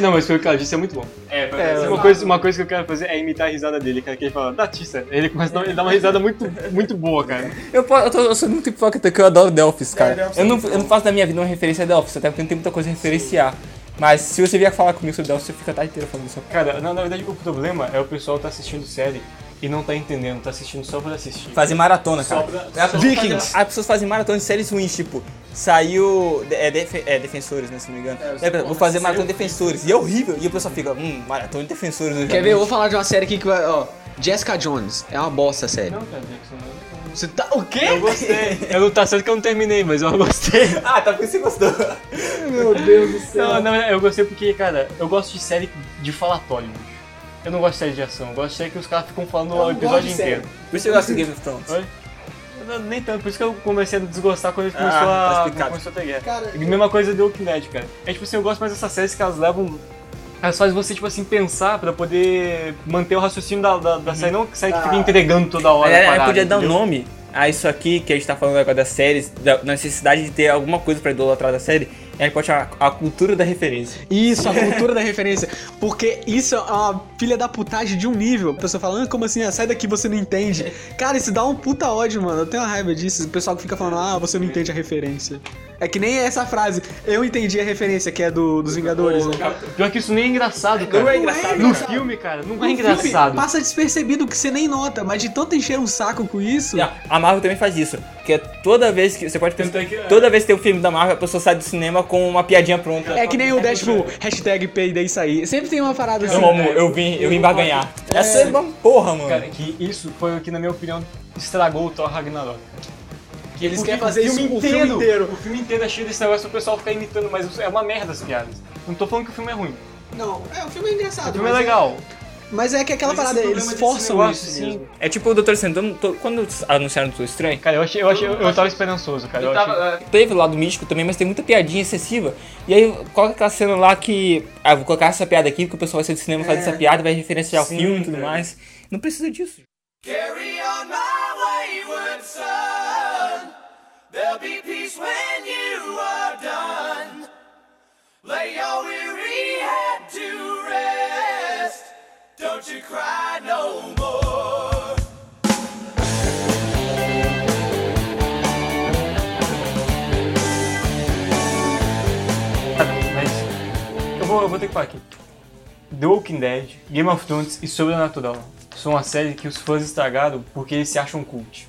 Speaker 4: Não, mas foi o que ela disse, é muito bom.
Speaker 3: é, mas
Speaker 2: É,
Speaker 4: Uma coisa, uma coisa que eu quero fazer é imitar a risada dele, cara, que ele fala, Datista. Ele começa a dar, ele dá uma risada muito, muito boa, cara.
Speaker 3: Eu, po- eu, tô, eu sou muito hipócrita que eu adoro The Office, cara.
Speaker 1: É, The Office
Speaker 3: eu,
Speaker 1: é
Speaker 3: não,
Speaker 1: muito
Speaker 3: eu não faço da minha vida uma referência a The Office, até porque não tem muita coisa a referenciar. Mas se você vier falar comigo sobre The Office, você fica a tarde inteira falando isso.
Speaker 4: Cara, na, na verdade o problema é o pessoal tá assistindo série e não tá entendendo, tá assistindo só pra assistir.
Speaker 3: Fazer maratona, cara. É
Speaker 4: pra-
Speaker 3: As pessoas
Speaker 2: Vikings.
Speaker 3: fazem- As pessoas fazem maratona de séries ruins, tipo, saiu. É, Defe- é, Defensores, né? Se não me engano. É, vou fazer maratona de Defensores. E é horrível. E o pessoal fica, hum, maratona de Defensores. né,
Speaker 2: Quer
Speaker 3: gente?
Speaker 2: ver? Eu vou falar de uma série aqui que vai, ó... Jessica Jones. É uma bosta a série.
Speaker 4: Não, cara, é Jackson, não.
Speaker 2: Você tá... O quê?
Speaker 4: Eu gostei. Eu não tá certo que eu não terminei, mas eu gostei.
Speaker 3: Ah, tá porque você gostou.
Speaker 2: Meu Deus do céu.
Speaker 4: Não, não, eu gostei porque, cara, eu gosto de série de falatório. Eu não gosto de série de ação, eu gosto de série que os caras ficam falando o episódio inteiro.
Speaker 3: Por isso eu gosto de Game of Thrones.
Speaker 4: Oi? Não, nem tanto, por isso que eu comecei a desgostar quando a gente
Speaker 3: Ah,
Speaker 4: começou,
Speaker 3: tá
Speaker 4: a,
Speaker 3: explicado.
Speaker 4: começou a ter guerra.
Speaker 2: Cara,
Speaker 4: E mesma coisa do Walking Dead, cara. É tipo assim, eu gosto mais dessas séries que elas levam. Elas fazem você, tipo assim, pensar pra poder manter o raciocínio da, da, da série, não que
Speaker 2: Ah.
Speaker 4: série que fica entregando toda hora. a
Speaker 3: Ela
Speaker 4: parada,
Speaker 3: podia dar um
Speaker 4: entendeu?
Speaker 3: nome a isso aqui que a gente tá falando agora das séries, da necessidade de ter alguma coisa pra idolatrar da série. E a gente pode chamar a cultura da referência.
Speaker 2: Isso, a cultura da referência. Porque isso é uma filha da putagem de um nível. A pessoa falando, como assim? Ah, sai daqui, você não entende. Cara, isso dá um puta ódio, mano. Eu tenho uma raiva disso. O pessoal que fica falando, ah, você não entende a referência. É que nem essa frase, eu entendi a referência, que é do, dos Vingadores, né?
Speaker 4: Pior que isso nem é engraçado, cara.
Speaker 2: é engraçado,
Speaker 4: No
Speaker 2: cara.
Speaker 4: filme, cara, não
Speaker 2: No
Speaker 4: é
Speaker 2: filme,
Speaker 4: engraçado.
Speaker 2: Passa despercebido que você nem nota, mas de tanto encher um saco com isso.
Speaker 3: E a- A Marvel também faz isso. Que é toda vez que. Você pode pensar.
Speaker 4: Tanto é que-
Speaker 3: Toda vez que tem um filme da Marvel, a pessoa sai do cinema com uma piadinha pronta.
Speaker 2: É que nem o Deadpool, hashtag peidei sair. Sempre tem uma parada assim.
Speaker 3: Não, amor, eu vim, eu vim barganhar. Essa é uma porra, mano.
Speaker 4: Cara, que isso foi o que, na minha opinião, estragou o Thor Ragnarok.
Speaker 2: Que eles
Speaker 4: Porque
Speaker 2: querem fazer isso o filme inteiro.
Speaker 4: O filme inteiro é cheio desse negócio do pessoal ficar imitando, mas é uma merda as piadas. Não tô falando que o filme é ruim.
Speaker 2: Não, é, o filme é engraçado.
Speaker 4: O filme é
Speaker 2: mas
Speaker 4: legal.
Speaker 2: Mas é que aquela
Speaker 4: Mas esse um
Speaker 2: parada,
Speaker 4: problema
Speaker 2: eles
Speaker 4: desse
Speaker 2: forçam
Speaker 4: negócio,
Speaker 2: isso.
Speaker 4: sim.
Speaker 2: mesmo.
Speaker 3: É tipo o Dr. Sandman, quando anunciaram o Doutor Estranho,
Speaker 4: Cara, eu achei, eu achei, eu, tava esperançoso, cara. Eu achei-
Speaker 3: teve o lado místico também, mas tem muita piadinha excessiva. E aí coloca aquela cena lá que. Ah, vou colocar essa piada aqui, porque o pessoal vai ser do cinema fazer essa piada, vai referenciar o filme e tudo mais. Não precisa disso.
Speaker 4: Mas eu vou, eu vou ter que parar aqui. The Walking Dead, Game of Thrones e Sobrenatural são uma série que os fãs estragaram porque eles se acham cult.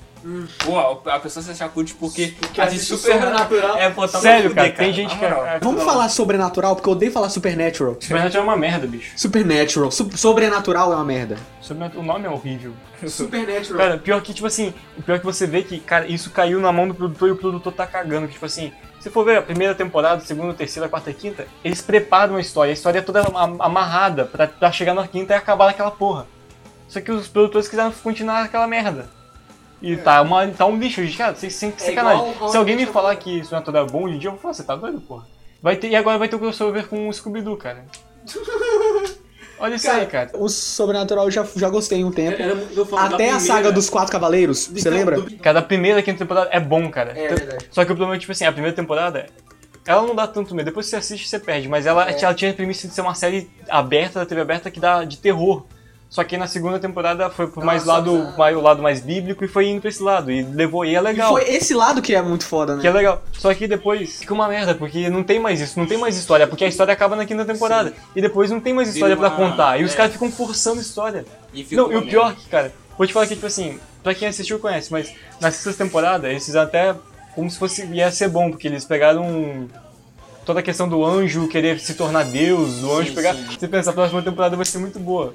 Speaker 3: Pô, Hum. a pessoa se achar cult porque, porque
Speaker 4: assiste Supernatural.
Speaker 3: É, botar
Speaker 4: Sério,
Speaker 3: pra
Speaker 4: cara,
Speaker 3: fuder,
Speaker 4: tem gente
Speaker 3: na
Speaker 4: que. é
Speaker 3: moral.
Speaker 2: Vamos falar sobrenatural, porque eu odeio falar supernatural.
Speaker 4: Sobrenatural é uma merda, bicho.
Speaker 2: Supernatural. Su- sobrenatural é uma merda.
Speaker 4: Sobrenatural, o nome é horrível.
Speaker 2: Supernatural.
Speaker 4: Cara, pior que, tipo assim, o pior que você vê que, cara, isso caiu na mão do produtor e o produtor tá cagando. Que, tipo assim, se for ver a primeira temporada, segunda, terceira, quarta e quinta, eles preparam a história. A história é toda am- amarrada pra, pra chegar na quinta e acabar naquela porra. Só que os produtores quiseram continuar aquela merda. E tá, uma, tá um lixo, gente. Cara, vocês sem sacanagem.
Speaker 2: É. igual o tipo-
Speaker 4: Se alguém me
Speaker 2: Hollywood
Speaker 4: falar que isso não é toda bom hoje em dia, eu vou falar, você tá doido, porra. Vai ter, e agora vai ter o crossover com o Scooby-Doo, cara. Olha isso aí, cara.
Speaker 2: O sobrenatural eu já, já gostei um tempo.
Speaker 1: eu falo da
Speaker 2: Até a
Speaker 1: primeira.
Speaker 2: saga dos quatro cavaleiros, você lembra?
Speaker 1: Do-
Speaker 4: Cara, a primeira e a quinta temporada é bom, cara.
Speaker 2: É verdade.
Speaker 4: Só que o problema é que, tipo assim, a primeira temporada, ela não dá tanto medo. Depois que você assiste, você perde. Mas ela,
Speaker 2: É.
Speaker 4: ela tinha a premissa de ser uma série aberta, da TV aberta, que dá de terror. Só que na segunda temporada foi pro mais lado, mais, o lado mais bíblico e foi indo pra esse lado. E levou, e é
Speaker 2: E
Speaker 4: legal.
Speaker 2: foi esse lado que é muito foda, né?
Speaker 4: Que é legal. Só que depois fica uma merda, porque não tem mais isso, não tem mais história, porque a história acaba na quinta temporada. E depois não tem mais história pra
Speaker 3: uma-
Speaker 4: contar. E os
Speaker 3: é.
Speaker 4: caras ficam forçando história.
Speaker 3: E fica
Speaker 4: Não, e
Speaker 3: uma
Speaker 4: o
Speaker 3: merda.
Speaker 4: pior que, cara, vou te falar que, tipo assim, pra quem assistiu conhece, mas na sexta temporada eles fizeram até como se fosse ia ser bom, porque eles pegaram toda a questão do anjo querer se tornar Deus, do anjo pegar. Você pensa, a próxima temporada vai ser muito boa.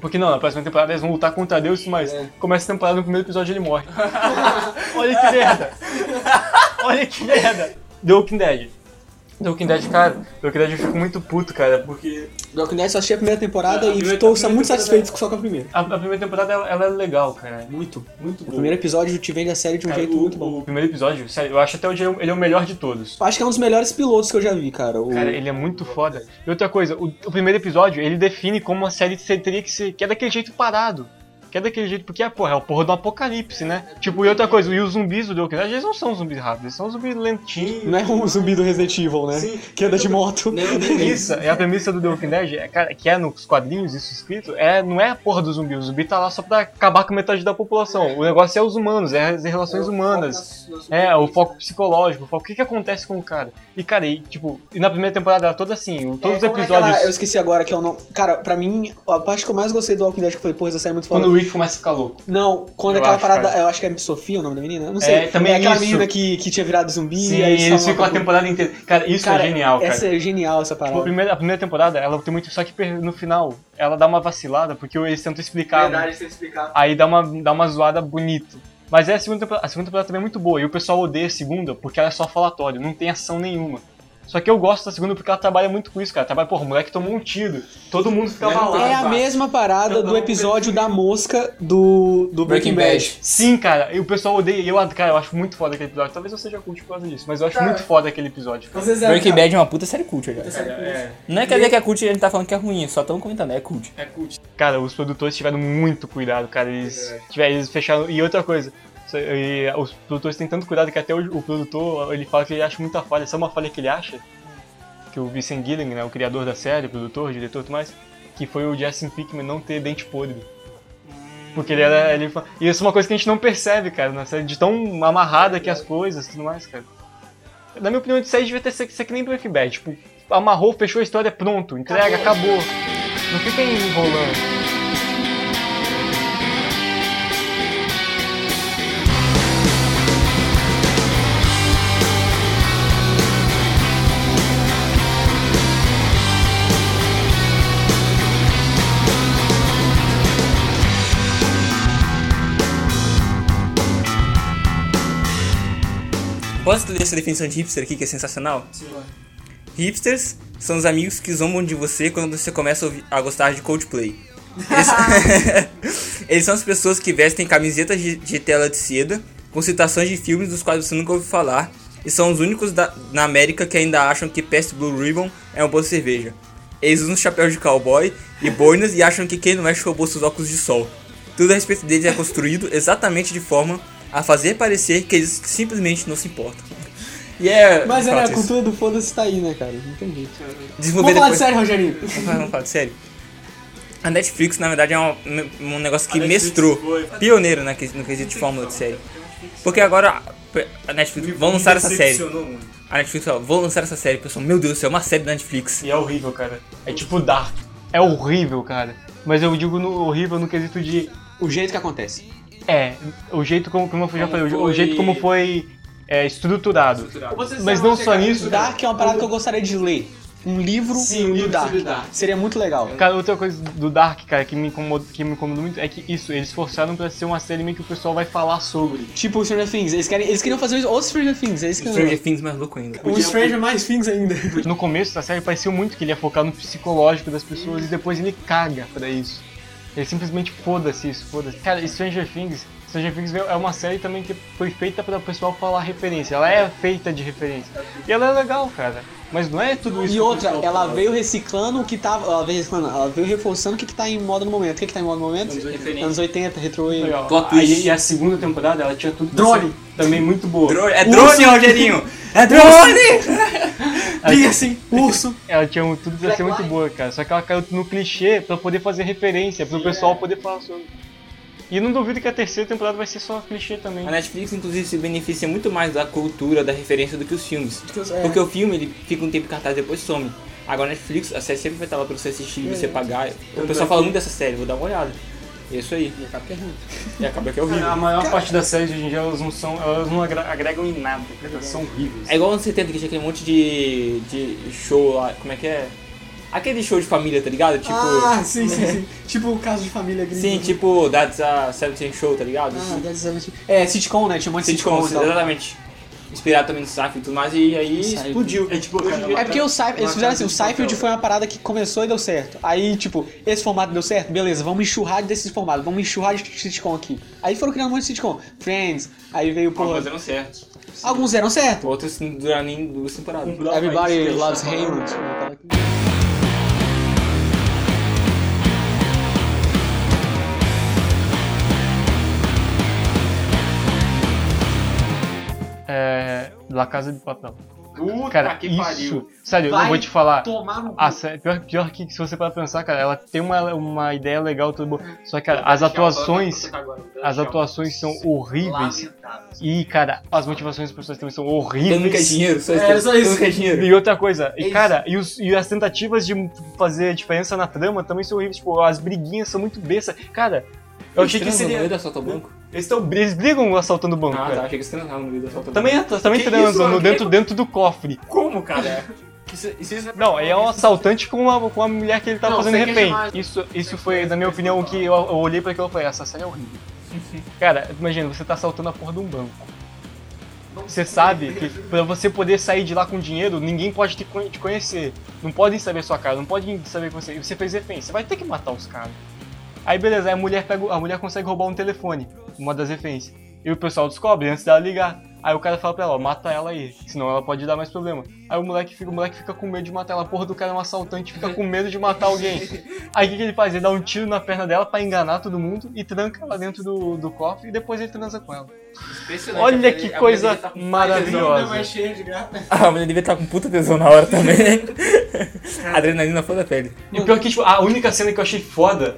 Speaker 4: Porque não, na próxima temporada eles vão lutar contra Deus, mas
Speaker 3: É.
Speaker 4: começa a temporada no primeiro episódio ele morre. Olha que merda! Olha que merda! The Walking Dead. The Walking Dead, cara, The Walking Dead eu fico muito puto, cara, porque
Speaker 2: The Walking Dead só achei a primeira temporada
Speaker 7: A
Speaker 2: e
Speaker 7: primeira-
Speaker 2: estou
Speaker 7: a primeira temporada-
Speaker 2: muito satisfeito só com a primeira.
Speaker 4: a, a primeira temporada ela, ela é legal, cara.
Speaker 7: Muito, muito
Speaker 2: O
Speaker 7: bom.
Speaker 2: primeiro episódio te vende a série de um
Speaker 7: Cara,
Speaker 2: jeito
Speaker 7: o-
Speaker 2: muito bom.
Speaker 4: O primeiro episódio, sério, eu acho até hoje ele é o melhor de todos.
Speaker 2: Acho que é um dos melhores pilotos que eu já vi, cara. O-
Speaker 4: Cara, ele é muito foda. E outra coisa, o, o primeiro episódio, ele define como a série se- teria que ser, que é daquele jeito parado. Que é daquele jeito, porque é, porra, é o porra do apocalipse, né? Tipo, e outra coisa, e os zumbis do The Walking Dead, eles não são zumbis rápidos, eles são zumbis lentinhos.
Speaker 2: Não é um zumbi do Resident Evil, né?
Speaker 7: Sim.
Speaker 2: Que anda de moto.
Speaker 7: Não,
Speaker 4: A
Speaker 7: nem isso.
Speaker 4: premissa, é a premissa do The Walking Dead, é, cara, que é nos quadrinhos isso escrito, é, não é a porra do zumbi. O zumbi tá lá só pra acabar com metade da população. O negócio é os humanos, é as relações humanas. É, o foco psicológico, o foco. O que, que acontece com o cara? E, cara, e, tipo, e na primeira temporada toda assim, o- todos os
Speaker 2: É, como é aquela-
Speaker 4: episódios.
Speaker 2: eu esqueci agora que eu não. Cara, pra mim, a parte que eu mais gostei do Walking Dead que eu falei, porra, essa série é muito foda.
Speaker 4: Quando o Rick começa a ficar louco.
Speaker 2: Não, quando
Speaker 4: Eu
Speaker 2: aquela
Speaker 4: acho,
Speaker 2: parada.
Speaker 4: cara.
Speaker 2: Eu acho que é Sofia o nome da menina? eu Não sei.
Speaker 4: É, também
Speaker 2: aquela
Speaker 4: isso.
Speaker 2: menina que, que tinha virado zumbi.
Speaker 4: Sim,
Speaker 2: aí
Speaker 4: eles
Speaker 2: só-
Speaker 4: ficam a temporada inteira. Cara, isso
Speaker 2: Cara,
Speaker 4: é genial, cara.
Speaker 2: Essa é genial essa
Speaker 4: Tipo, a,
Speaker 2: parada.
Speaker 4: primeira, a primeira temporada, ela tem muito. Só que per- no final, ela dá uma vacilada, porque eles tentam explicar.
Speaker 7: É
Speaker 4: né?
Speaker 7: Verdade, sem explicar.
Speaker 4: Aí dá uma, dá uma zoada bonita. Mas é a segunda temporada. A segunda temporada também é muito boa. E o pessoal odeia a segunda porque ela é só falatório, não tem ação nenhuma. Só que eu gosto da segunda porque ela trabalha muito com isso, cara. Trabalha, porra, o moleque tomou um tiro. Todo mundo ficava
Speaker 7: Não,
Speaker 4: lá.
Speaker 2: É a mesma parada
Speaker 7: Eu não-
Speaker 2: do episódio da mosca do, do Breaking,
Speaker 8: Breaking
Speaker 2: Bad.
Speaker 4: Sim, cara, e o pessoal odeia. E eu, cara, eu acho muito foda aquele episódio. Talvez eu seja culto por causa disso, mas eu acho
Speaker 7: Cara.
Speaker 4: muito foda aquele episódio. cara.
Speaker 7: Vocês
Speaker 3: Breaking Bad é uma puta série cult, já.
Speaker 7: É,
Speaker 3: Não é quer dizer que é cult e a gente tá falando que é ruim, só tão comentando, é cult.
Speaker 7: é cult.
Speaker 4: Cara, os produtores tiveram muito cuidado, cara. Eles, tiveram, eles fecharam. E outra coisa, só- e ah, os produtores têm tanto cuidado que até o, o produtor ele fala que ele acha muita falha. Sabe uma falha que ele acha? Que o Vincent Gilligan, né, o criador da série, produtor, diretor e tudo mais, que foi o Jesse Pinkman não ter dente podre. Porque ele era. Ele, fa- e isso é uma coisa que a gente não percebe, cara, na série, de tão amarrada que as coisas e tudo mais, cara. Na minha opinião, de série devia ter ser, ser que nem Breaking Bad. Tipo, amarrou, fechou a história, pronto, entrega, acabou. Não fica enrolando.
Speaker 3: Posso entender essa definição de hipster aqui que é sensacional? Sim. Hipsters são os amigos que zombam de você quando você começa a ouvir- a gostar de Coldplay. Eles, Eles são as pessoas que vestem camisetas de, de tela de seda, com citações de filmes dos quais você nunca ouviu falar, e são os únicos da- na América que ainda acham que Pest Blue Ribbon é uma boa cerveja. Eles usam chapéu de cowboy e boinas e acham que quem não mexe com o bolso os óculos de sol. Tudo a respeito deles é construído exatamente de forma a fazer parecer que eles simplesmente não se importam. E é.
Speaker 2: Mas é, a
Speaker 3: Fala, Cris.
Speaker 2: cultura do foda-se tá aí, né, cara? Não tem jeito.
Speaker 3: Desenvolver
Speaker 2: Vamos falar de
Speaker 3: depois-
Speaker 2: sério, Rogerinho.
Speaker 3: Vamos falar de série. A Netflix, na verdade, é um, um negócio que mestrou, pioneiro na, que- no quesito de fórmula de série. Porque agora a Netflix vão lançar essa série. A Netflix fala, vão lançar essa série, pessoal. Meu Deus do céu, uma série da Netflix.
Speaker 4: E é horrível, cara. É tipo Dark. É horrível, cara. Mas eu digo no- horrível no quesito de.
Speaker 2: O jeito que acontece.
Speaker 4: É, o jeito como, como eu já falei, o- o
Speaker 7: foi-
Speaker 4: jeito como foi é, estruturado.
Speaker 7: Vocês
Speaker 4: Mas
Speaker 7: vão
Speaker 4: não só
Speaker 7: chegar
Speaker 4: nisso, né?
Speaker 2: Dark é uma parada que eu gostaria de ler. Um livro
Speaker 7: Sim, um
Speaker 2: do
Speaker 7: livro
Speaker 2: Dark.
Speaker 7: sobre Dark.
Speaker 2: Seria muito legal.
Speaker 4: Cara, outra coisa do Dark, cara, que me incomodou, que me incomodou muito é que isso, eles forçaram pra ser uma série meio que o pessoal vai falar sobre.
Speaker 2: Tipo o Stranger Things. Eles, querem, eles queriam fazer os Stranger Things. É isso que eu-
Speaker 3: Stranger Things mais louco ainda.
Speaker 2: Um Stranger mais Things ainda.
Speaker 4: No começo da série pareceu muito que ele ia focar no psicológico das pessoas e depois ele caga pra isso. Ele simplesmente foda-se isso, foda-se. Cara, e Stranger Things, Stranger Things é uma série também que foi feita pra o pessoal falar referência. Ela é feita de referência. E ela é legal, cara. Mas não é tudo isso.
Speaker 2: E
Speaker 4: que o
Speaker 2: outra,
Speaker 4: pessoal
Speaker 2: ela
Speaker 4: fala.
Speaker 2: veio reciclando o que tava. Ela veio reciclando, ela veio reforçando o que, que tá em moda no momento. O que, que tá em moda no momento?
Speaker 7: Anos 80.
Speaker 2: Anos 80, retro e.
Speaker 4: Legal.
Speaker 3: Plot
Speaker 4: Aí,
Speaker 3: twist.
Speaker 4: e a segunda temporada ela tinha tudo. pra
Speaker 2: Drone.
Speaker 4: ser Também muito boa.
Speaker 3: Drone, é drone, Rogerinho! É drone!
Speaker 2: Piercing, urso.
Speaker 4: Ela tinha um- tudo pra ser muito
Speaker 2: Blacklight.
Speaker 4: boa, cara. Só que ela caiu no clichê pra poder fazer referência, pro pessoal poder falar sobre. E não duvido que a terceira temporada vai ser só clichê também.
Speaker 3: A Netflix, inclusive, se beneficia muito mais da cultura, da referência do que os é. filmes. Porque o filme, ele fica um tempo em cartaz e depois some. Agora a Netflix, a série sempre vai estar lá pra você assistir e você pagar. O pessoal fala muito dessa série, vou dar uma olhada. É isso aí. E acaba que é horrível.
Speaker 4: A maior parte das séries hoje em dia elas não são. Elas não agra- agregam em nada, cara, elas são horríveis.
Speaker 3: É igual anos 70 que tinha aquele monte de, de show lá, como é que é? Aquele show de família, tá ligado? Tipo.
Speaker 2: ah, sim, sim, sim. tipo o caso de família gringa.
Speaker 3: sim, tipo That's a 17 Show, tá ligado?
Speaker 2: Ah, that's- é, sitcom, né? Tinha um monte de
Speaker 3: sitcom, tá.
Speaker 2: sitcom. e tal.
Speaker 3: exatamente. inspirado também no Safra e tudo mais, e aí
Speaker 2: Seinfeld.
Speaker 3: explodiu.
Speaker 9: É tipo, hoje em dia-
Speaker 2: É
Speaker 3: tá
Speaker 2: porque o Seinfeld, eles fizeram assim, o Seinfeld foi uma parada que começou e deu certo. Aí, tipo, esse formato deu certo, beleza, vamos enxurrar desses formatos, vamos enxurrar de sitcom aqui. Aí foram criando um monte de sitcom. Friends, aí veio, porra,
Speaker 3: Mas deram certo.
Speaker 2: alguns eram certo.
Speaker 3: Outros não duraram nem duas temporadas.
Speaker 2: Everybody Loves Raymond.
Speaker 4: É. La Casa de Papel.
Speaker 9: Puta
Speaker 4: Cara,
Speaker 9: que pariu.
Speaker 4: isso. Sério, eu vou te falar.
Speaker 2: Tomar no
Speaker 4: A série, pior, pior que se você parar pra pensar, cara, ela tem uma, uma ideia legal, tudo
Speaker 9: Hum.
Speaker 4: bom. Só que, cara, as atuações. As atuações são horríveis. E, cara, as motivações das pessoas também são
Speaker 3: Todo mundo quer
Speaker 4: horríveis.
Speaker 3: dinheiro, só
Speaker 9: É,
Speaker 3: isso.
Speaker 9: só isso. É
Speaker 3: Todo mundo quer dinheiro.
Speaker 4: E outra coisa, e cara, e, os- e as tentativas de fazer diferença na trama também são horríveis. Tipo, as briguinhas são muito bestas. Cara, eu achei que
Speaker 3: Transam no
Speaker 4: seria.
Speaker 3: meio do
Speaker 6: tá
Speaker 3: assalto ao banco.
Speaker 4: Eles, tão, eles brigam assaltando o banco,
Speaker 3: Ah, tá,
Speaker 4: cara.
Speaker 3: achei que eles transavam no meio do assalto ao
Speaker 4: Também, é também
Speaker 9: Que isso,
Speaker 4: transam
Speaker 9: mano?
Speaker 4: no- dentro, dentro do cofre.
Speaker 9: Como, cara? Isso, isso, isso
Speaker 4: Não, é um assaltante com uma, com uma mulher que ele tava
Speaker 9: Não, é
Speaker 4: fazendo
Speaker 9: você quer
Speaker 4: refém.
Speaker 9: chamar-
Speaker 4: Isso,
Speaker 9: é
Speaker 4: isso foi, na minha opinião, o que eu, eu olhei pra aquilo e falei, essa série é horrível. Cara, imagina, você tá assaltando a porra de um banco. Você sabe que pra você poder sair de lá com dinheiro, ninguém pode te, con- te conhecer. Não podem saber sua cara, não podem saber que você. e Você fez refém, você vai ter que matar os caras. Aí beleza, aí a mulher, pega, o- a mulher consegue roubar um telefone, uma das reféns. E o pessoal descobre antes dela ligar. Aí o cara fala pra ela, ó, mata ela aí, senão ela pode dar mais problema. Aí o moleque fica, o moleque fica com medo de matar ela. Porra do cara é um assaltante, fica com medo de matar alguém. Aí o que, que ele faz? Ele dá um tiro na perna dela pra enganar todo mundo e tranca ela dentro do, do cofre e depois ele transa com ela.
Speaker 9: Impressionante, a
Speaker 4: Olha
Speaker 9: mulher-
Speaker 4: que
Speaker 9: a
Speaker 4: coisa
Speaker 9: mulher tá com
Speaker 4: maravilhosa.
Speaker 9: cheia de graça.
Speaker 6: Ah, mas ele devia estar com puta tesão na hora também. Adrenalina foda da pele.
Speaker 4: E pior que, tipo, a única cena que eu achei foda.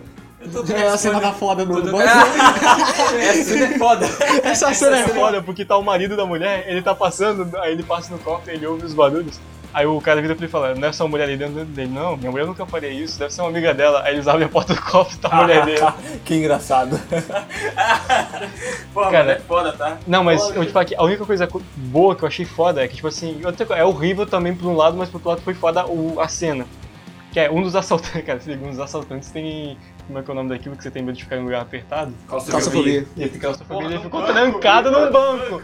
Speaker 2: É a cena da foda no banco.
Speaker 3: é foda.
Speaker 2: Essa
Speaker 4: Essa
Speaker 2: cena
Speaker 4: é
Speaker 2: é foda.
Speaker 4: foda, porque tá o marido da mulher, ele tá passando, aí ele passa no cofre, ele ouve os barulhos. Aí o cara vira pra ele e fala, não é só uma mulher ali dentro dele, não, minha mulher nunca faria isso, deve ser uma amiga dela. Aí eles abrem a porta do cofre e tá a mulher dele.
Speaker 6: que engraçado.
Speaker 9: Pô,
Speaker 4: Cara,
Speaker 9: cara, é foda, tá?
Speaker 4: Não, mas eu vou te falar que a única coisa co- boa que eu achei foda é que, tipo assim, outra co- é horrível também por um lado, mas por outro lado foi foda o, a cena. Que é um dos assaltantes, cara, se liga, um dos assaltantes tem. Como é que é o nome daquilo que você tem medo de ficar em lugar apertado?
Speaker 2: Calçofobia.
Speaker 4: E ele tem claustrofobia, ele
Speaker 9: Porra,
Speaker 4: ficou
Speaker 9: no banco,
Speaker 4: trancado num banco.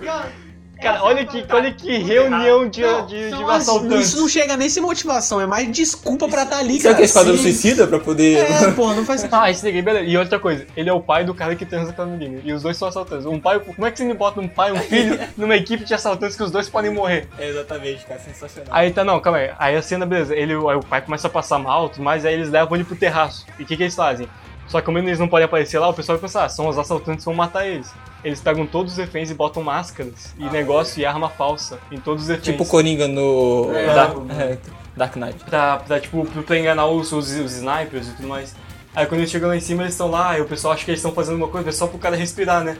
Speaker 4: Cara, olha que, olha que reunião de,
Speaker 2: Não,
Speaker 4: de, de
Speaker 2: não, Isso não
Speaker 4: assaltantes.
Speaker 2: chega nem sem motivação, é mais desculpa pra estar ali,
Speaker 6: Será
Speaker 2: cara.
Speaker 6: que é Esquadrão
Speaker 2: Sim.
Speaker 6: Suicida pra poder...
Speaker 2: É, porra, não faz
Speaker 4: Ah, esse ninguém, beleza. E outra coisa, ele é o pai do cara que transa com a menina. E os dois são assaltantes. Um pai, como é que você não bota um pai e um filho numa equipe de assaltantes que os dois podem morrer?
Speaker 6: exatamente, cara, sensacional.
Speaker 4: Aí tá, não, calma aí. Aí a cena, beleza, ele, aí o pai começa a passar mal, tudo mais, aí eles levam ele pro terraço. E o que, que eles fazem? Só que como eles não podem aparecer lá, o pessoal vai pensar, ah, são os assaltantes que vão matar eles. Eles pegam todos os reféns e botam máscaras, e negócio, e arma falsa em todos os reféns.
Speaker 6: Tipo o Coringa no...
Speaker 4: É,
Speaker 6: Dark,
Speaker 4: tá.
Speaker 6: é, Dark Knight.
Speaker 4: pra, pra, tipo, pra- pra enganar os, os, os snipers e tudo mais. Aí quando eles chegam lá em cima, eles estão lá, e o pessoal acha que eles estão fazendo uma coisa, é só pro cara respirar, né?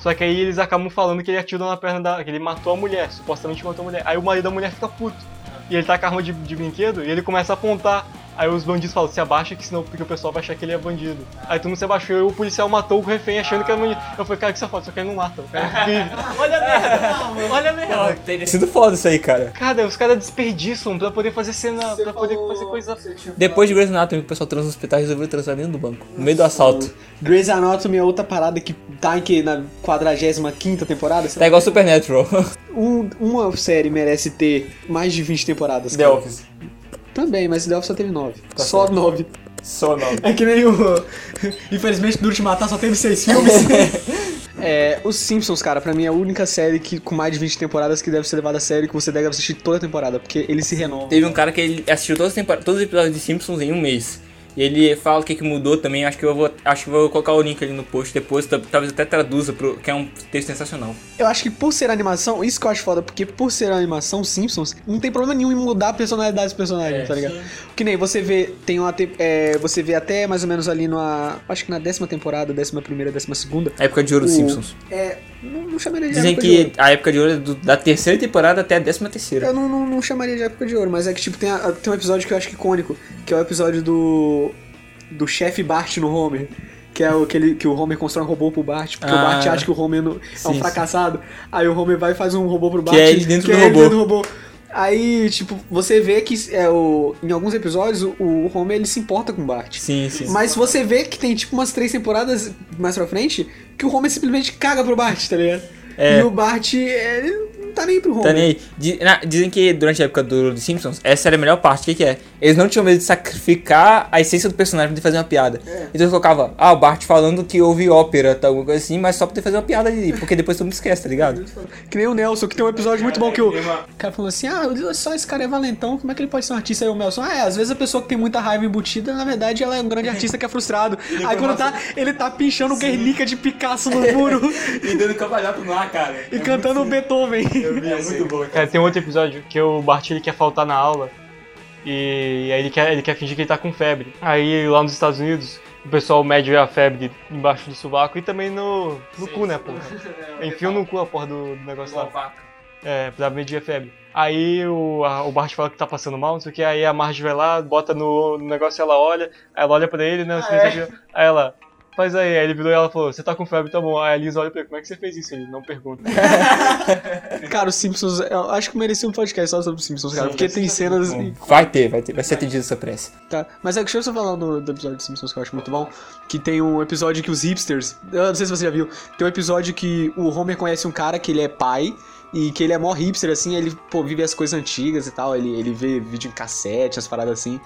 Speaker 4: Só que aí eles acabam falando que ele atirou na perna da. que ele matou a mulher, supostamente matou a mulher. Aí o marido da mulher fica puto. E ele tá com a arma de, de brinquedo e ele começa a apontar. Aí os bandidos falam, se abaixa que senão porque o pessoal vai achar que ele é bandido. Aí todo mundo se abaixou e o policial matou o refém achando que era bandido. Eu falei, cara, que safado, só que ele não mata, o cara é vive. Olha a merda! Olha a merda!
Speaker 6: Teria sido É foda isso aí, cara.
Speaker 4: Cara, os caras desperdiçam pra poder fazer cena, pra poder fazer coisa
Speaker 6: Depois de Grey's Anatomy, o pessoal transa no hospital e resolveu transar dentro do banco. No meio do assalto.
Speaker 2: Grey's Anatomy é outra parada que tá em que na 45 temporada. sei
Speaker 6: Tá
Speaker 2: lá.
Speaker 6: igual Supernatural.
Speaker 2: Um- uma série merece ter mais de 20 temporadas.
Speaker 6: The
Speaker 2: cara.
Speaker 6: Office. Tá
Speaker 2: Também, mas The Office só teve 9. só 9.
Speaker 6: Só não.
Speaker 2: É que nem o. Infelizmente, Duro de Matar só teve 6 filmes. é, os Simpsons, cara, pra mim é a única série que, com mais de 20 temporadas que deve ser levada a sério que você deve assistir toda a temporada, porque ele se renova.
Speaker 6: Teve um cara que ele assistiu todas as tempora- todos os episódios de Simpsons em um mês. E ele fala o que, que mudou também. Acho que eu vou, acho que eu vou colocar o link ali no post depois. tal- Talvez até traduza, pro, que é um texto sensacional.
Speaker 2: Eu acho que por ser animação, isso que eu acho foda, porque por ser animação, Simpsons, não tem problema nenhum em mudar a personalidade dos personagens, tá ligado? Que nem você vê, tem uma. te- é, você vê até mais ou menos ali na. Acho que na décima temporada, décima primeira, décima segunda.
Speaker 6: A época de ouro dos
Speaker 2: O-
Speaker 6: Simpsons.
Speaker 2: É. Não, não chamaria de
Speaker 6: Dizem
Speaker 2: época de
Speaker 6: que
Speaker 2: ouro.
Speaker 6: a época de ouro é do- da terceira temporada até a décima terceira.
Speaker 2: Eu não, não, não chamaria de época de ouro, mas é que, tipo, tem, a- tem um episódio que eu acho que icônico, que é o episódio do. do chefe Bart no Homer. Que é o que, ele, que o Homer constrói um robô pro Bart, porque o
Speaker 6: Ah.
Speaker 2: Bart acha que o Homer não- é um
Speaker 6: sim.
Speaker 2: fracassado. Aí o Homer vai e faz um robô pro Bart.
Speaker 6: é ele dentro
Speaker 2: que
Speaker 6: do
Speaker 2: é ele
Speaker 6: robô.
Speaker 2: dentro do robô. Aí, tipo, você vê que é, o, em alguns episódios o- o Homer ele se importa com o Bart.
Speaker 6: Sim, sim.
Speaker 2: Mas você vê que tem tipo umas três temporadas mais pra frente que o Homer simplesmente caga pro Bart, tá ligado?
Speaker 6: É.
Speaker 2: E o Bart, ele não tá nem aí pro Homer.
Speaker 3: Tá nem aí. Di- na- Dizem que durante a época do, dos Simpsons, essa era a melhor parte. O que, que é? Eles não tinham medo de sacrificar a essência do personagem pra poder fazer uma piada.
Speaker 2: É.
Speaker 3: Então eles colocavam, ah, o Bart falando que houve ópera, tá, alguma coisa assim, mas só pra poder fazer uma piada ali, porque depois todo mundo esquece, tá ligado?
Speaker 2: Que nem o Nelson, que tem um episódio muito bom que o cara falou assim: Ah, olha só, esse cara é valentão, como é que ele pode ser um artista? Aí o Nelson, ah, é, às vezes a pessoa que tem muita raiva embutida, na verdade, ela é um grande artista que é frustrado. Aí quando tá, ele tá pinchando Guernica de Picasso no muro
Speaker 1: E dando cambalhota no ar, cara.
Speaker 2: e cantando Beethoven.
Speaker 1: É muito bom.
Speaker 4: Cara, tem um outro episódio que o Bart ele quer faltar na aula e aí ele quer, ele quer fingir que ele tá com febre. Aí lá nos Estados Unidos, o pessoal mede a febre embaixo do sovaco e também no, no cu, né, porra? Enfiam no cu a porra do, do negócio lá. É, pra medir a febre. Aí o, a- o Bart fala que tá passando mal, não sei o que, aí a Marge vai lá, bota no, no negócio, ela olha, aí ela olha pra ele, né? não sei o que, Aí ela, faz aí, aí ele virou e ela falou, você tá com febre, tá bom. Aí a Lisa olha pra ele, como é que você fez isso? Ele não pergunta.
Speaker 2: Cara, os Simpsons, eu acho que merecia um podcast só sobre os Simpsons, cara, porque tem cenas.
Speaker 3: Vai ter, vai ter, vai ser atendido essa pressa.
Speaker 2: Tá. Mas é, deixa eu só falar do, do episódio dos Simpsons que eu acho muito bom. Que tem um episódio que os hipsters. Eu não sei se você já viu. Tem um episódio que o Homer conhece um cara que ele é pai. E que ele é mó hipster, assim, ele, pô, vive as coisas antigas e tal. Ele, ele vê vídeo em cassete, as paradas assim.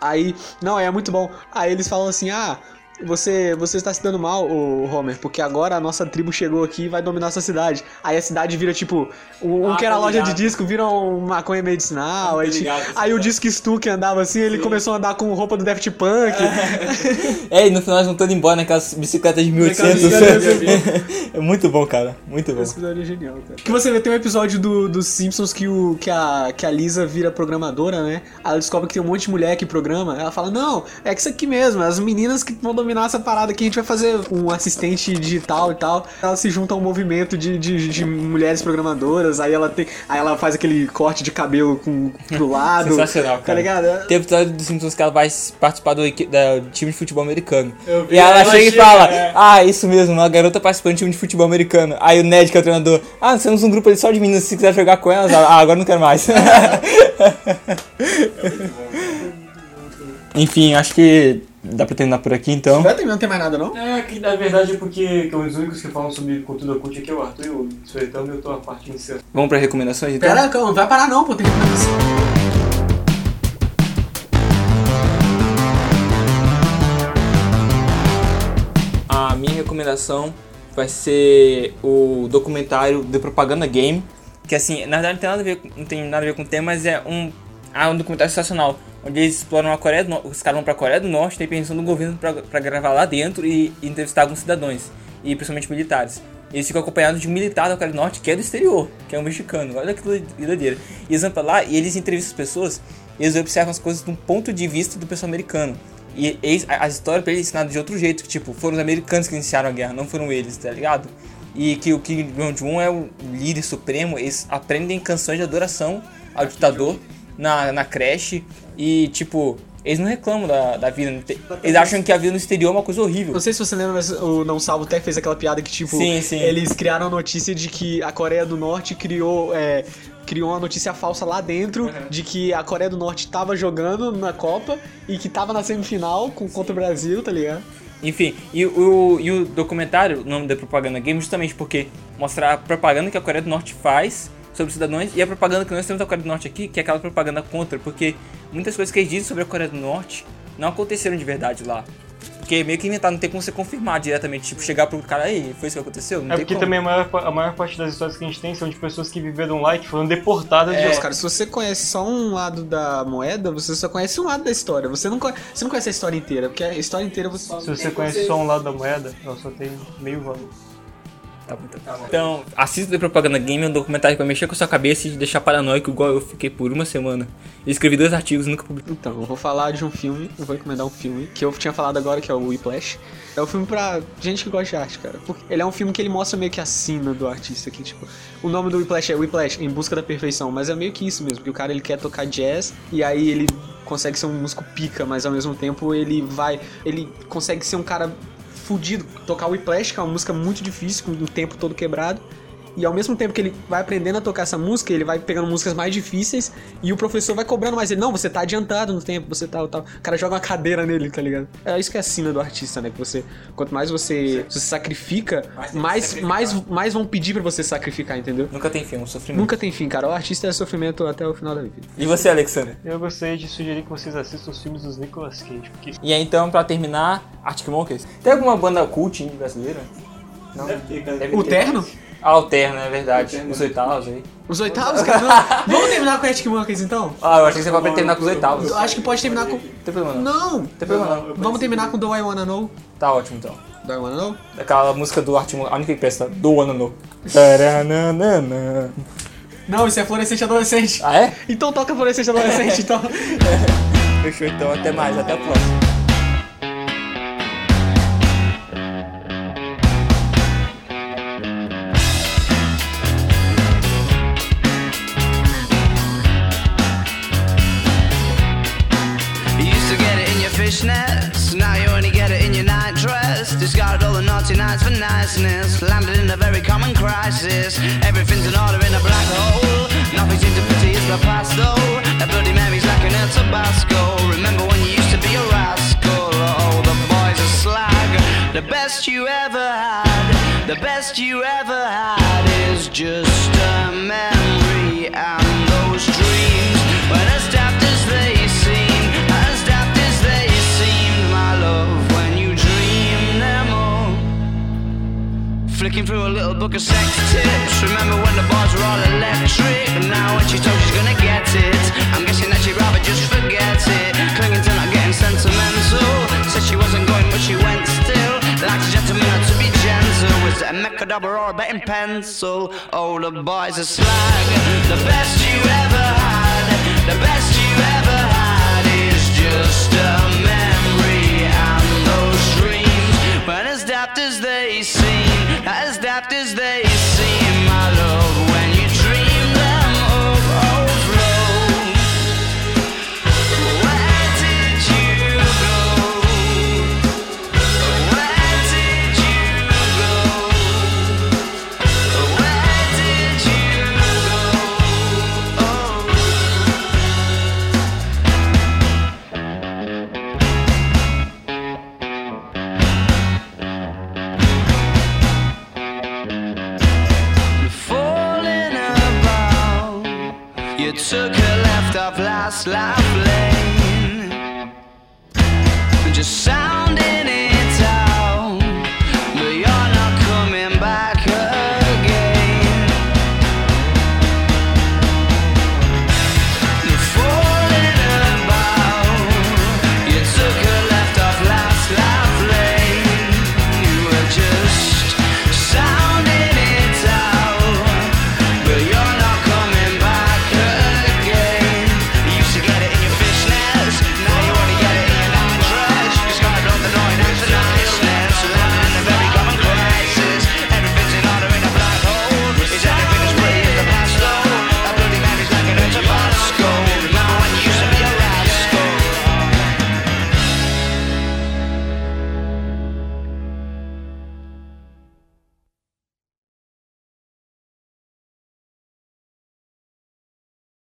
Speaker 2: Aí, não, é muito bom. Aí eles falam assim: ah, você, você está se dando mal, o Homer, porque agora a nossa tribo chegou aqui e vai dominar essa cidade. Aí a cidade vira tipo: um, um
Speaker 1: Ah,
Speaker 2: que era
Speaker 1: tá
Speaker 2: loja de
Speaker 1: ligado.
Speaker 2: disco, vira um maconha medicinal.
Speaker 1: Tá
Speaker 2: Aí, ti-
Speaker 1: ligado, essa
Speaker 2: aí o
Speaker 1: cidade.
Speaker 2: Disque Stu que andava assim, ele começou a andar com roupa do Daft Punk.
Speaker 3: É, e no final eles vão todo embora naquelas bicicletas de 1800. é muito bom, cara, muito bom.
Speaker 2: Esse episódio é genial, cara. Que você vê, tem um episódio do- dos Simpsons que, o, que, a, que a Lisa vira programadora, né? Ela descobre que tem um monte de mulher que programa. Ela fala, não, é que isso aqui mesmo, as meninas que vão dominar essa parada aqui, a gente vai fazer um assistente digital e tal. Ela se junta a um movimento de, de, de mulheres programadoras, aí ela tem. Aí ela faz aquele corte de cabelo com, pro lado.
Speaker 3: Sensacional,
Speaker 2: Tá
Speaker 3: cara.
Speaker 2: ligado?
Speaker 3: Tem episódio dos Simpsons que ela vai participar do, equi- da- do time de futebol americano.
Speaker 1: vi,
Speaker 3: e ela,
Speaker 1: ela
Speaker 3: chega e
Speaker 1: chega,
Speaker 3: fala:
Speaker 1: é.
Speaker 3: Ah, isso mesmo, uma garota participando do time de futebol americano. Aí o Ned, que é o treinador, ah, nós temos um grupo ali só de meninas, se quiser jogar com elas, ela, ah, agora não quero mais. é Enfim, acho que dá pra terminar por aqui então.
Speaker 2: Vai terminar, não tem mais nada, não?
Speaker 4: É, que na verdade é porque que os únicos que falam sobre cultura oculta aqui é o Arthur e o Suetão e eu tô a parte inicial.
Speaker 3: Vamos pra recomendações então?
Speaker 2: Pera, calma, não vai parar não, pô, tem que
Speaker 3: A minha recomendação vai ser o documentário The Propaganda Game, que assim, na verdade não tem nada a ver, com- não tem nada a ver com o tema, mas é um, ah, um documentário sensacional, onde eles exploram a Coreia do Norte, os caras vão pra Coreia do Norte, tem permissão do governo pra, pra gravar lá dentro e, e entrevistar alguns cidadãos, e principalmente militares. Eles ficam acompanhados de um militar da Coreia do Norte que é do exterior, que é um mexicano, olha que doide- doideira. E eles vão pra lá e eles entrevistam as pessoas, e eles observam as coisas de um ponto de vista do pessoal americano. E eles, a, a história pra ele é ensinada de outro jeito, que tipo, foram os americanos que iniciaram a guerra, não foram eles, tá ligado? E que o Kim Jong-un é o líder supremo, eles aprendem canções de adoração ao ditador na, na creche e tipo, eles não reclamam da, da vida, não tem- eles acham que a vida no exterior é uma coisa horrível.
Speaker 2: Não sei se você lembra, mas o Não Salvo Tech fez aquela piada que, tipo,
Speaker 3: Sim, sim.
Speaker 2: eles criaram a notícia de que a Coreia do Norte criou. é, criou uma notícia falsa lá dentro de que a Coreia do Norte tava jogando na Copa e que tava na semifinal com, contra o Brasil, tá ligado?
Speaker 3: Enfim, e o, e o documentário, o nome da propaganda game, justamente porque mostra a propaganda que a Coreia do Norte faz sobre os cidadãos e a propaganda que nós temos da Coreia do Norte aqui, que é aquela propaganda contra, porque muitas coisas que eles dizem sobre a Coreia do Norte não aconteceram de verdade lá. Porque meio que inventar, não tem como você confirmar diretamente, tipo, chegar pro cara aí, foi isso que aconteceu? Não
Speaker 4: É
Speaker 3: tem
Speaker 4: porque
Speaker 3: como.
Speaker 4: também a maior, pa- a maior parte das histórias que a gente tem são de pessoas que viveram lá e que foram deportadas
Speaker 3: É,
Speaker 4: de
Speaker 2: Mas,
Speaker 4: lá.
Speaker 2: cara, se você conhece só um lado da moeda, você só conhece um lado da história. Você não, conhe- você não conhece a história inteira, porque a história inteira você.
Speaker 4: Se você conhece só um lado da moeda, ela só tem meio valor.
Speaker 3: Tá bom, então. Então, assista The Propaganda Game, é um documentário que vai mexer com a sua cabeça e te deixar paranoico, igual eu fiquei por uma semana. E escrevi dois artigos, nunca publiquei.
Speaker 2: Então, eu vou falar de um filme, eu vou recomendar um filme que eu tinha falado agora, que é o Whiplash. É um filme pra gente que gosta de arte, cara. Porque ele é um filme que ele mostra meio que a sina do artista aqui, tipo. O nome do Whiplash é Whiplash, Em Busca da Perfeição, mas é meio que isso mesmo, que o cara ele quer tocar jazz e aí ele consegue ser um músico pica, mas ao mesmo tempo ele vai, ele consegue ser um cara fudido, tocar Whiplash, que é uma música muito difícil, com o tempo todo quebrado. E ao mesmo tempo que ele vai aprendendo a tocar essa música, ele vai pegando músicas mais difíceis e o professor vai cobrando mais ele. Não, você tá adiantado no tempo, você tá. tal. O cara joga uma cadeira nele, tá ligado? É isso que é a sina do artista, né? Que você. Quanto mais você se sacrifica,
Speaker 6: Mais tem que
Speaker 2: mais,
Speaker 6: sacrificar.
Speaker 2: mais, mais vão pedir pra você sacrificar, entendeu?
Speaker 6: Nunca tem fim, é um sofrimento.
Speaker 2: Nunca tem fim, cara. O artista é sofrimento até o final da vida.
Speaker 6: E você, Alexander?
Speaker 4: Eu gostaria de sugerir que vocês assistam os filmes dos Nicolas Cage, porque
Speaker 6: E aí, então, pra terminar, Arctic Monkeys. Tem alguma banda cult indie brasileira? Não. Deve
Speaker 2: O
Speaker 6: ter.
Speaker 2: terno?
Speaker 6: Ah, o Terno, é verdade. Os oitavos aí.
Speaker 2: Os oitavos, cara? Não. Vamos terminar com Arctic Monkeys, então?
Speaker 6: Ah, eu achei que você vai terminar com os oitavos.
Speaker 2: Eu
Speaker 6: Não
Speaker 2: acho que pode terminar com.
Speaker 6: tem problema não.
Speaker 2: Não!
Speaker 6: Tem problema não.
Speaker 2: Vamos terminar com Do I Wanna Know?
Speaker 6: Tá ótimo, então.
Speaker 2: Do I Wanna Know?
Speaker 6: Aquela música do Arctic Monkeys, a única que presta, do ano no. Taranana.
Speaker 2: Não, isso é Florescente Adolescente.
Speaker 6: Ah, é?
Speaker 2: Então toca Florescente Adolescente, então.
Speaker 6: Fechou, então. Até mais. Até a próxima.
Speaker 10: You used to get it in your fishnets, now you only get it in your nightdress. Discarded all the naughty nights for niceness, landed in a very common crisis. Everything's in order in a black hole, nothing seems to pity is the past though. That bloody memory's like an El Tabasco. Remember when you used to be a rascal? Oh, the boys are slag. The best you ever had, the best you ever had is just a memory and those dreams. When as daft as they seem, as daft as they seem, my love, when you dream them all. Flicking through a little book of sex tips. Remember when the bars were all electric? Now when she told she's gonna get it, I'm guessing that she'd rather just forget it. Clinging to not getting sentimental. Said she wasn't going, but she went still. Like a gentleman had to be gentle. Was it a mecha double or a betting pencil? Oh, the boys are slag. The best you ever had. The best you ever had is just a memory and those dreams. But as daft as they seem, as daft as they seem, my love, when you dream them of overflow, where did you go? Where did you go? Where did you go? Oh. falling about. You took a left off last life lane. Just sat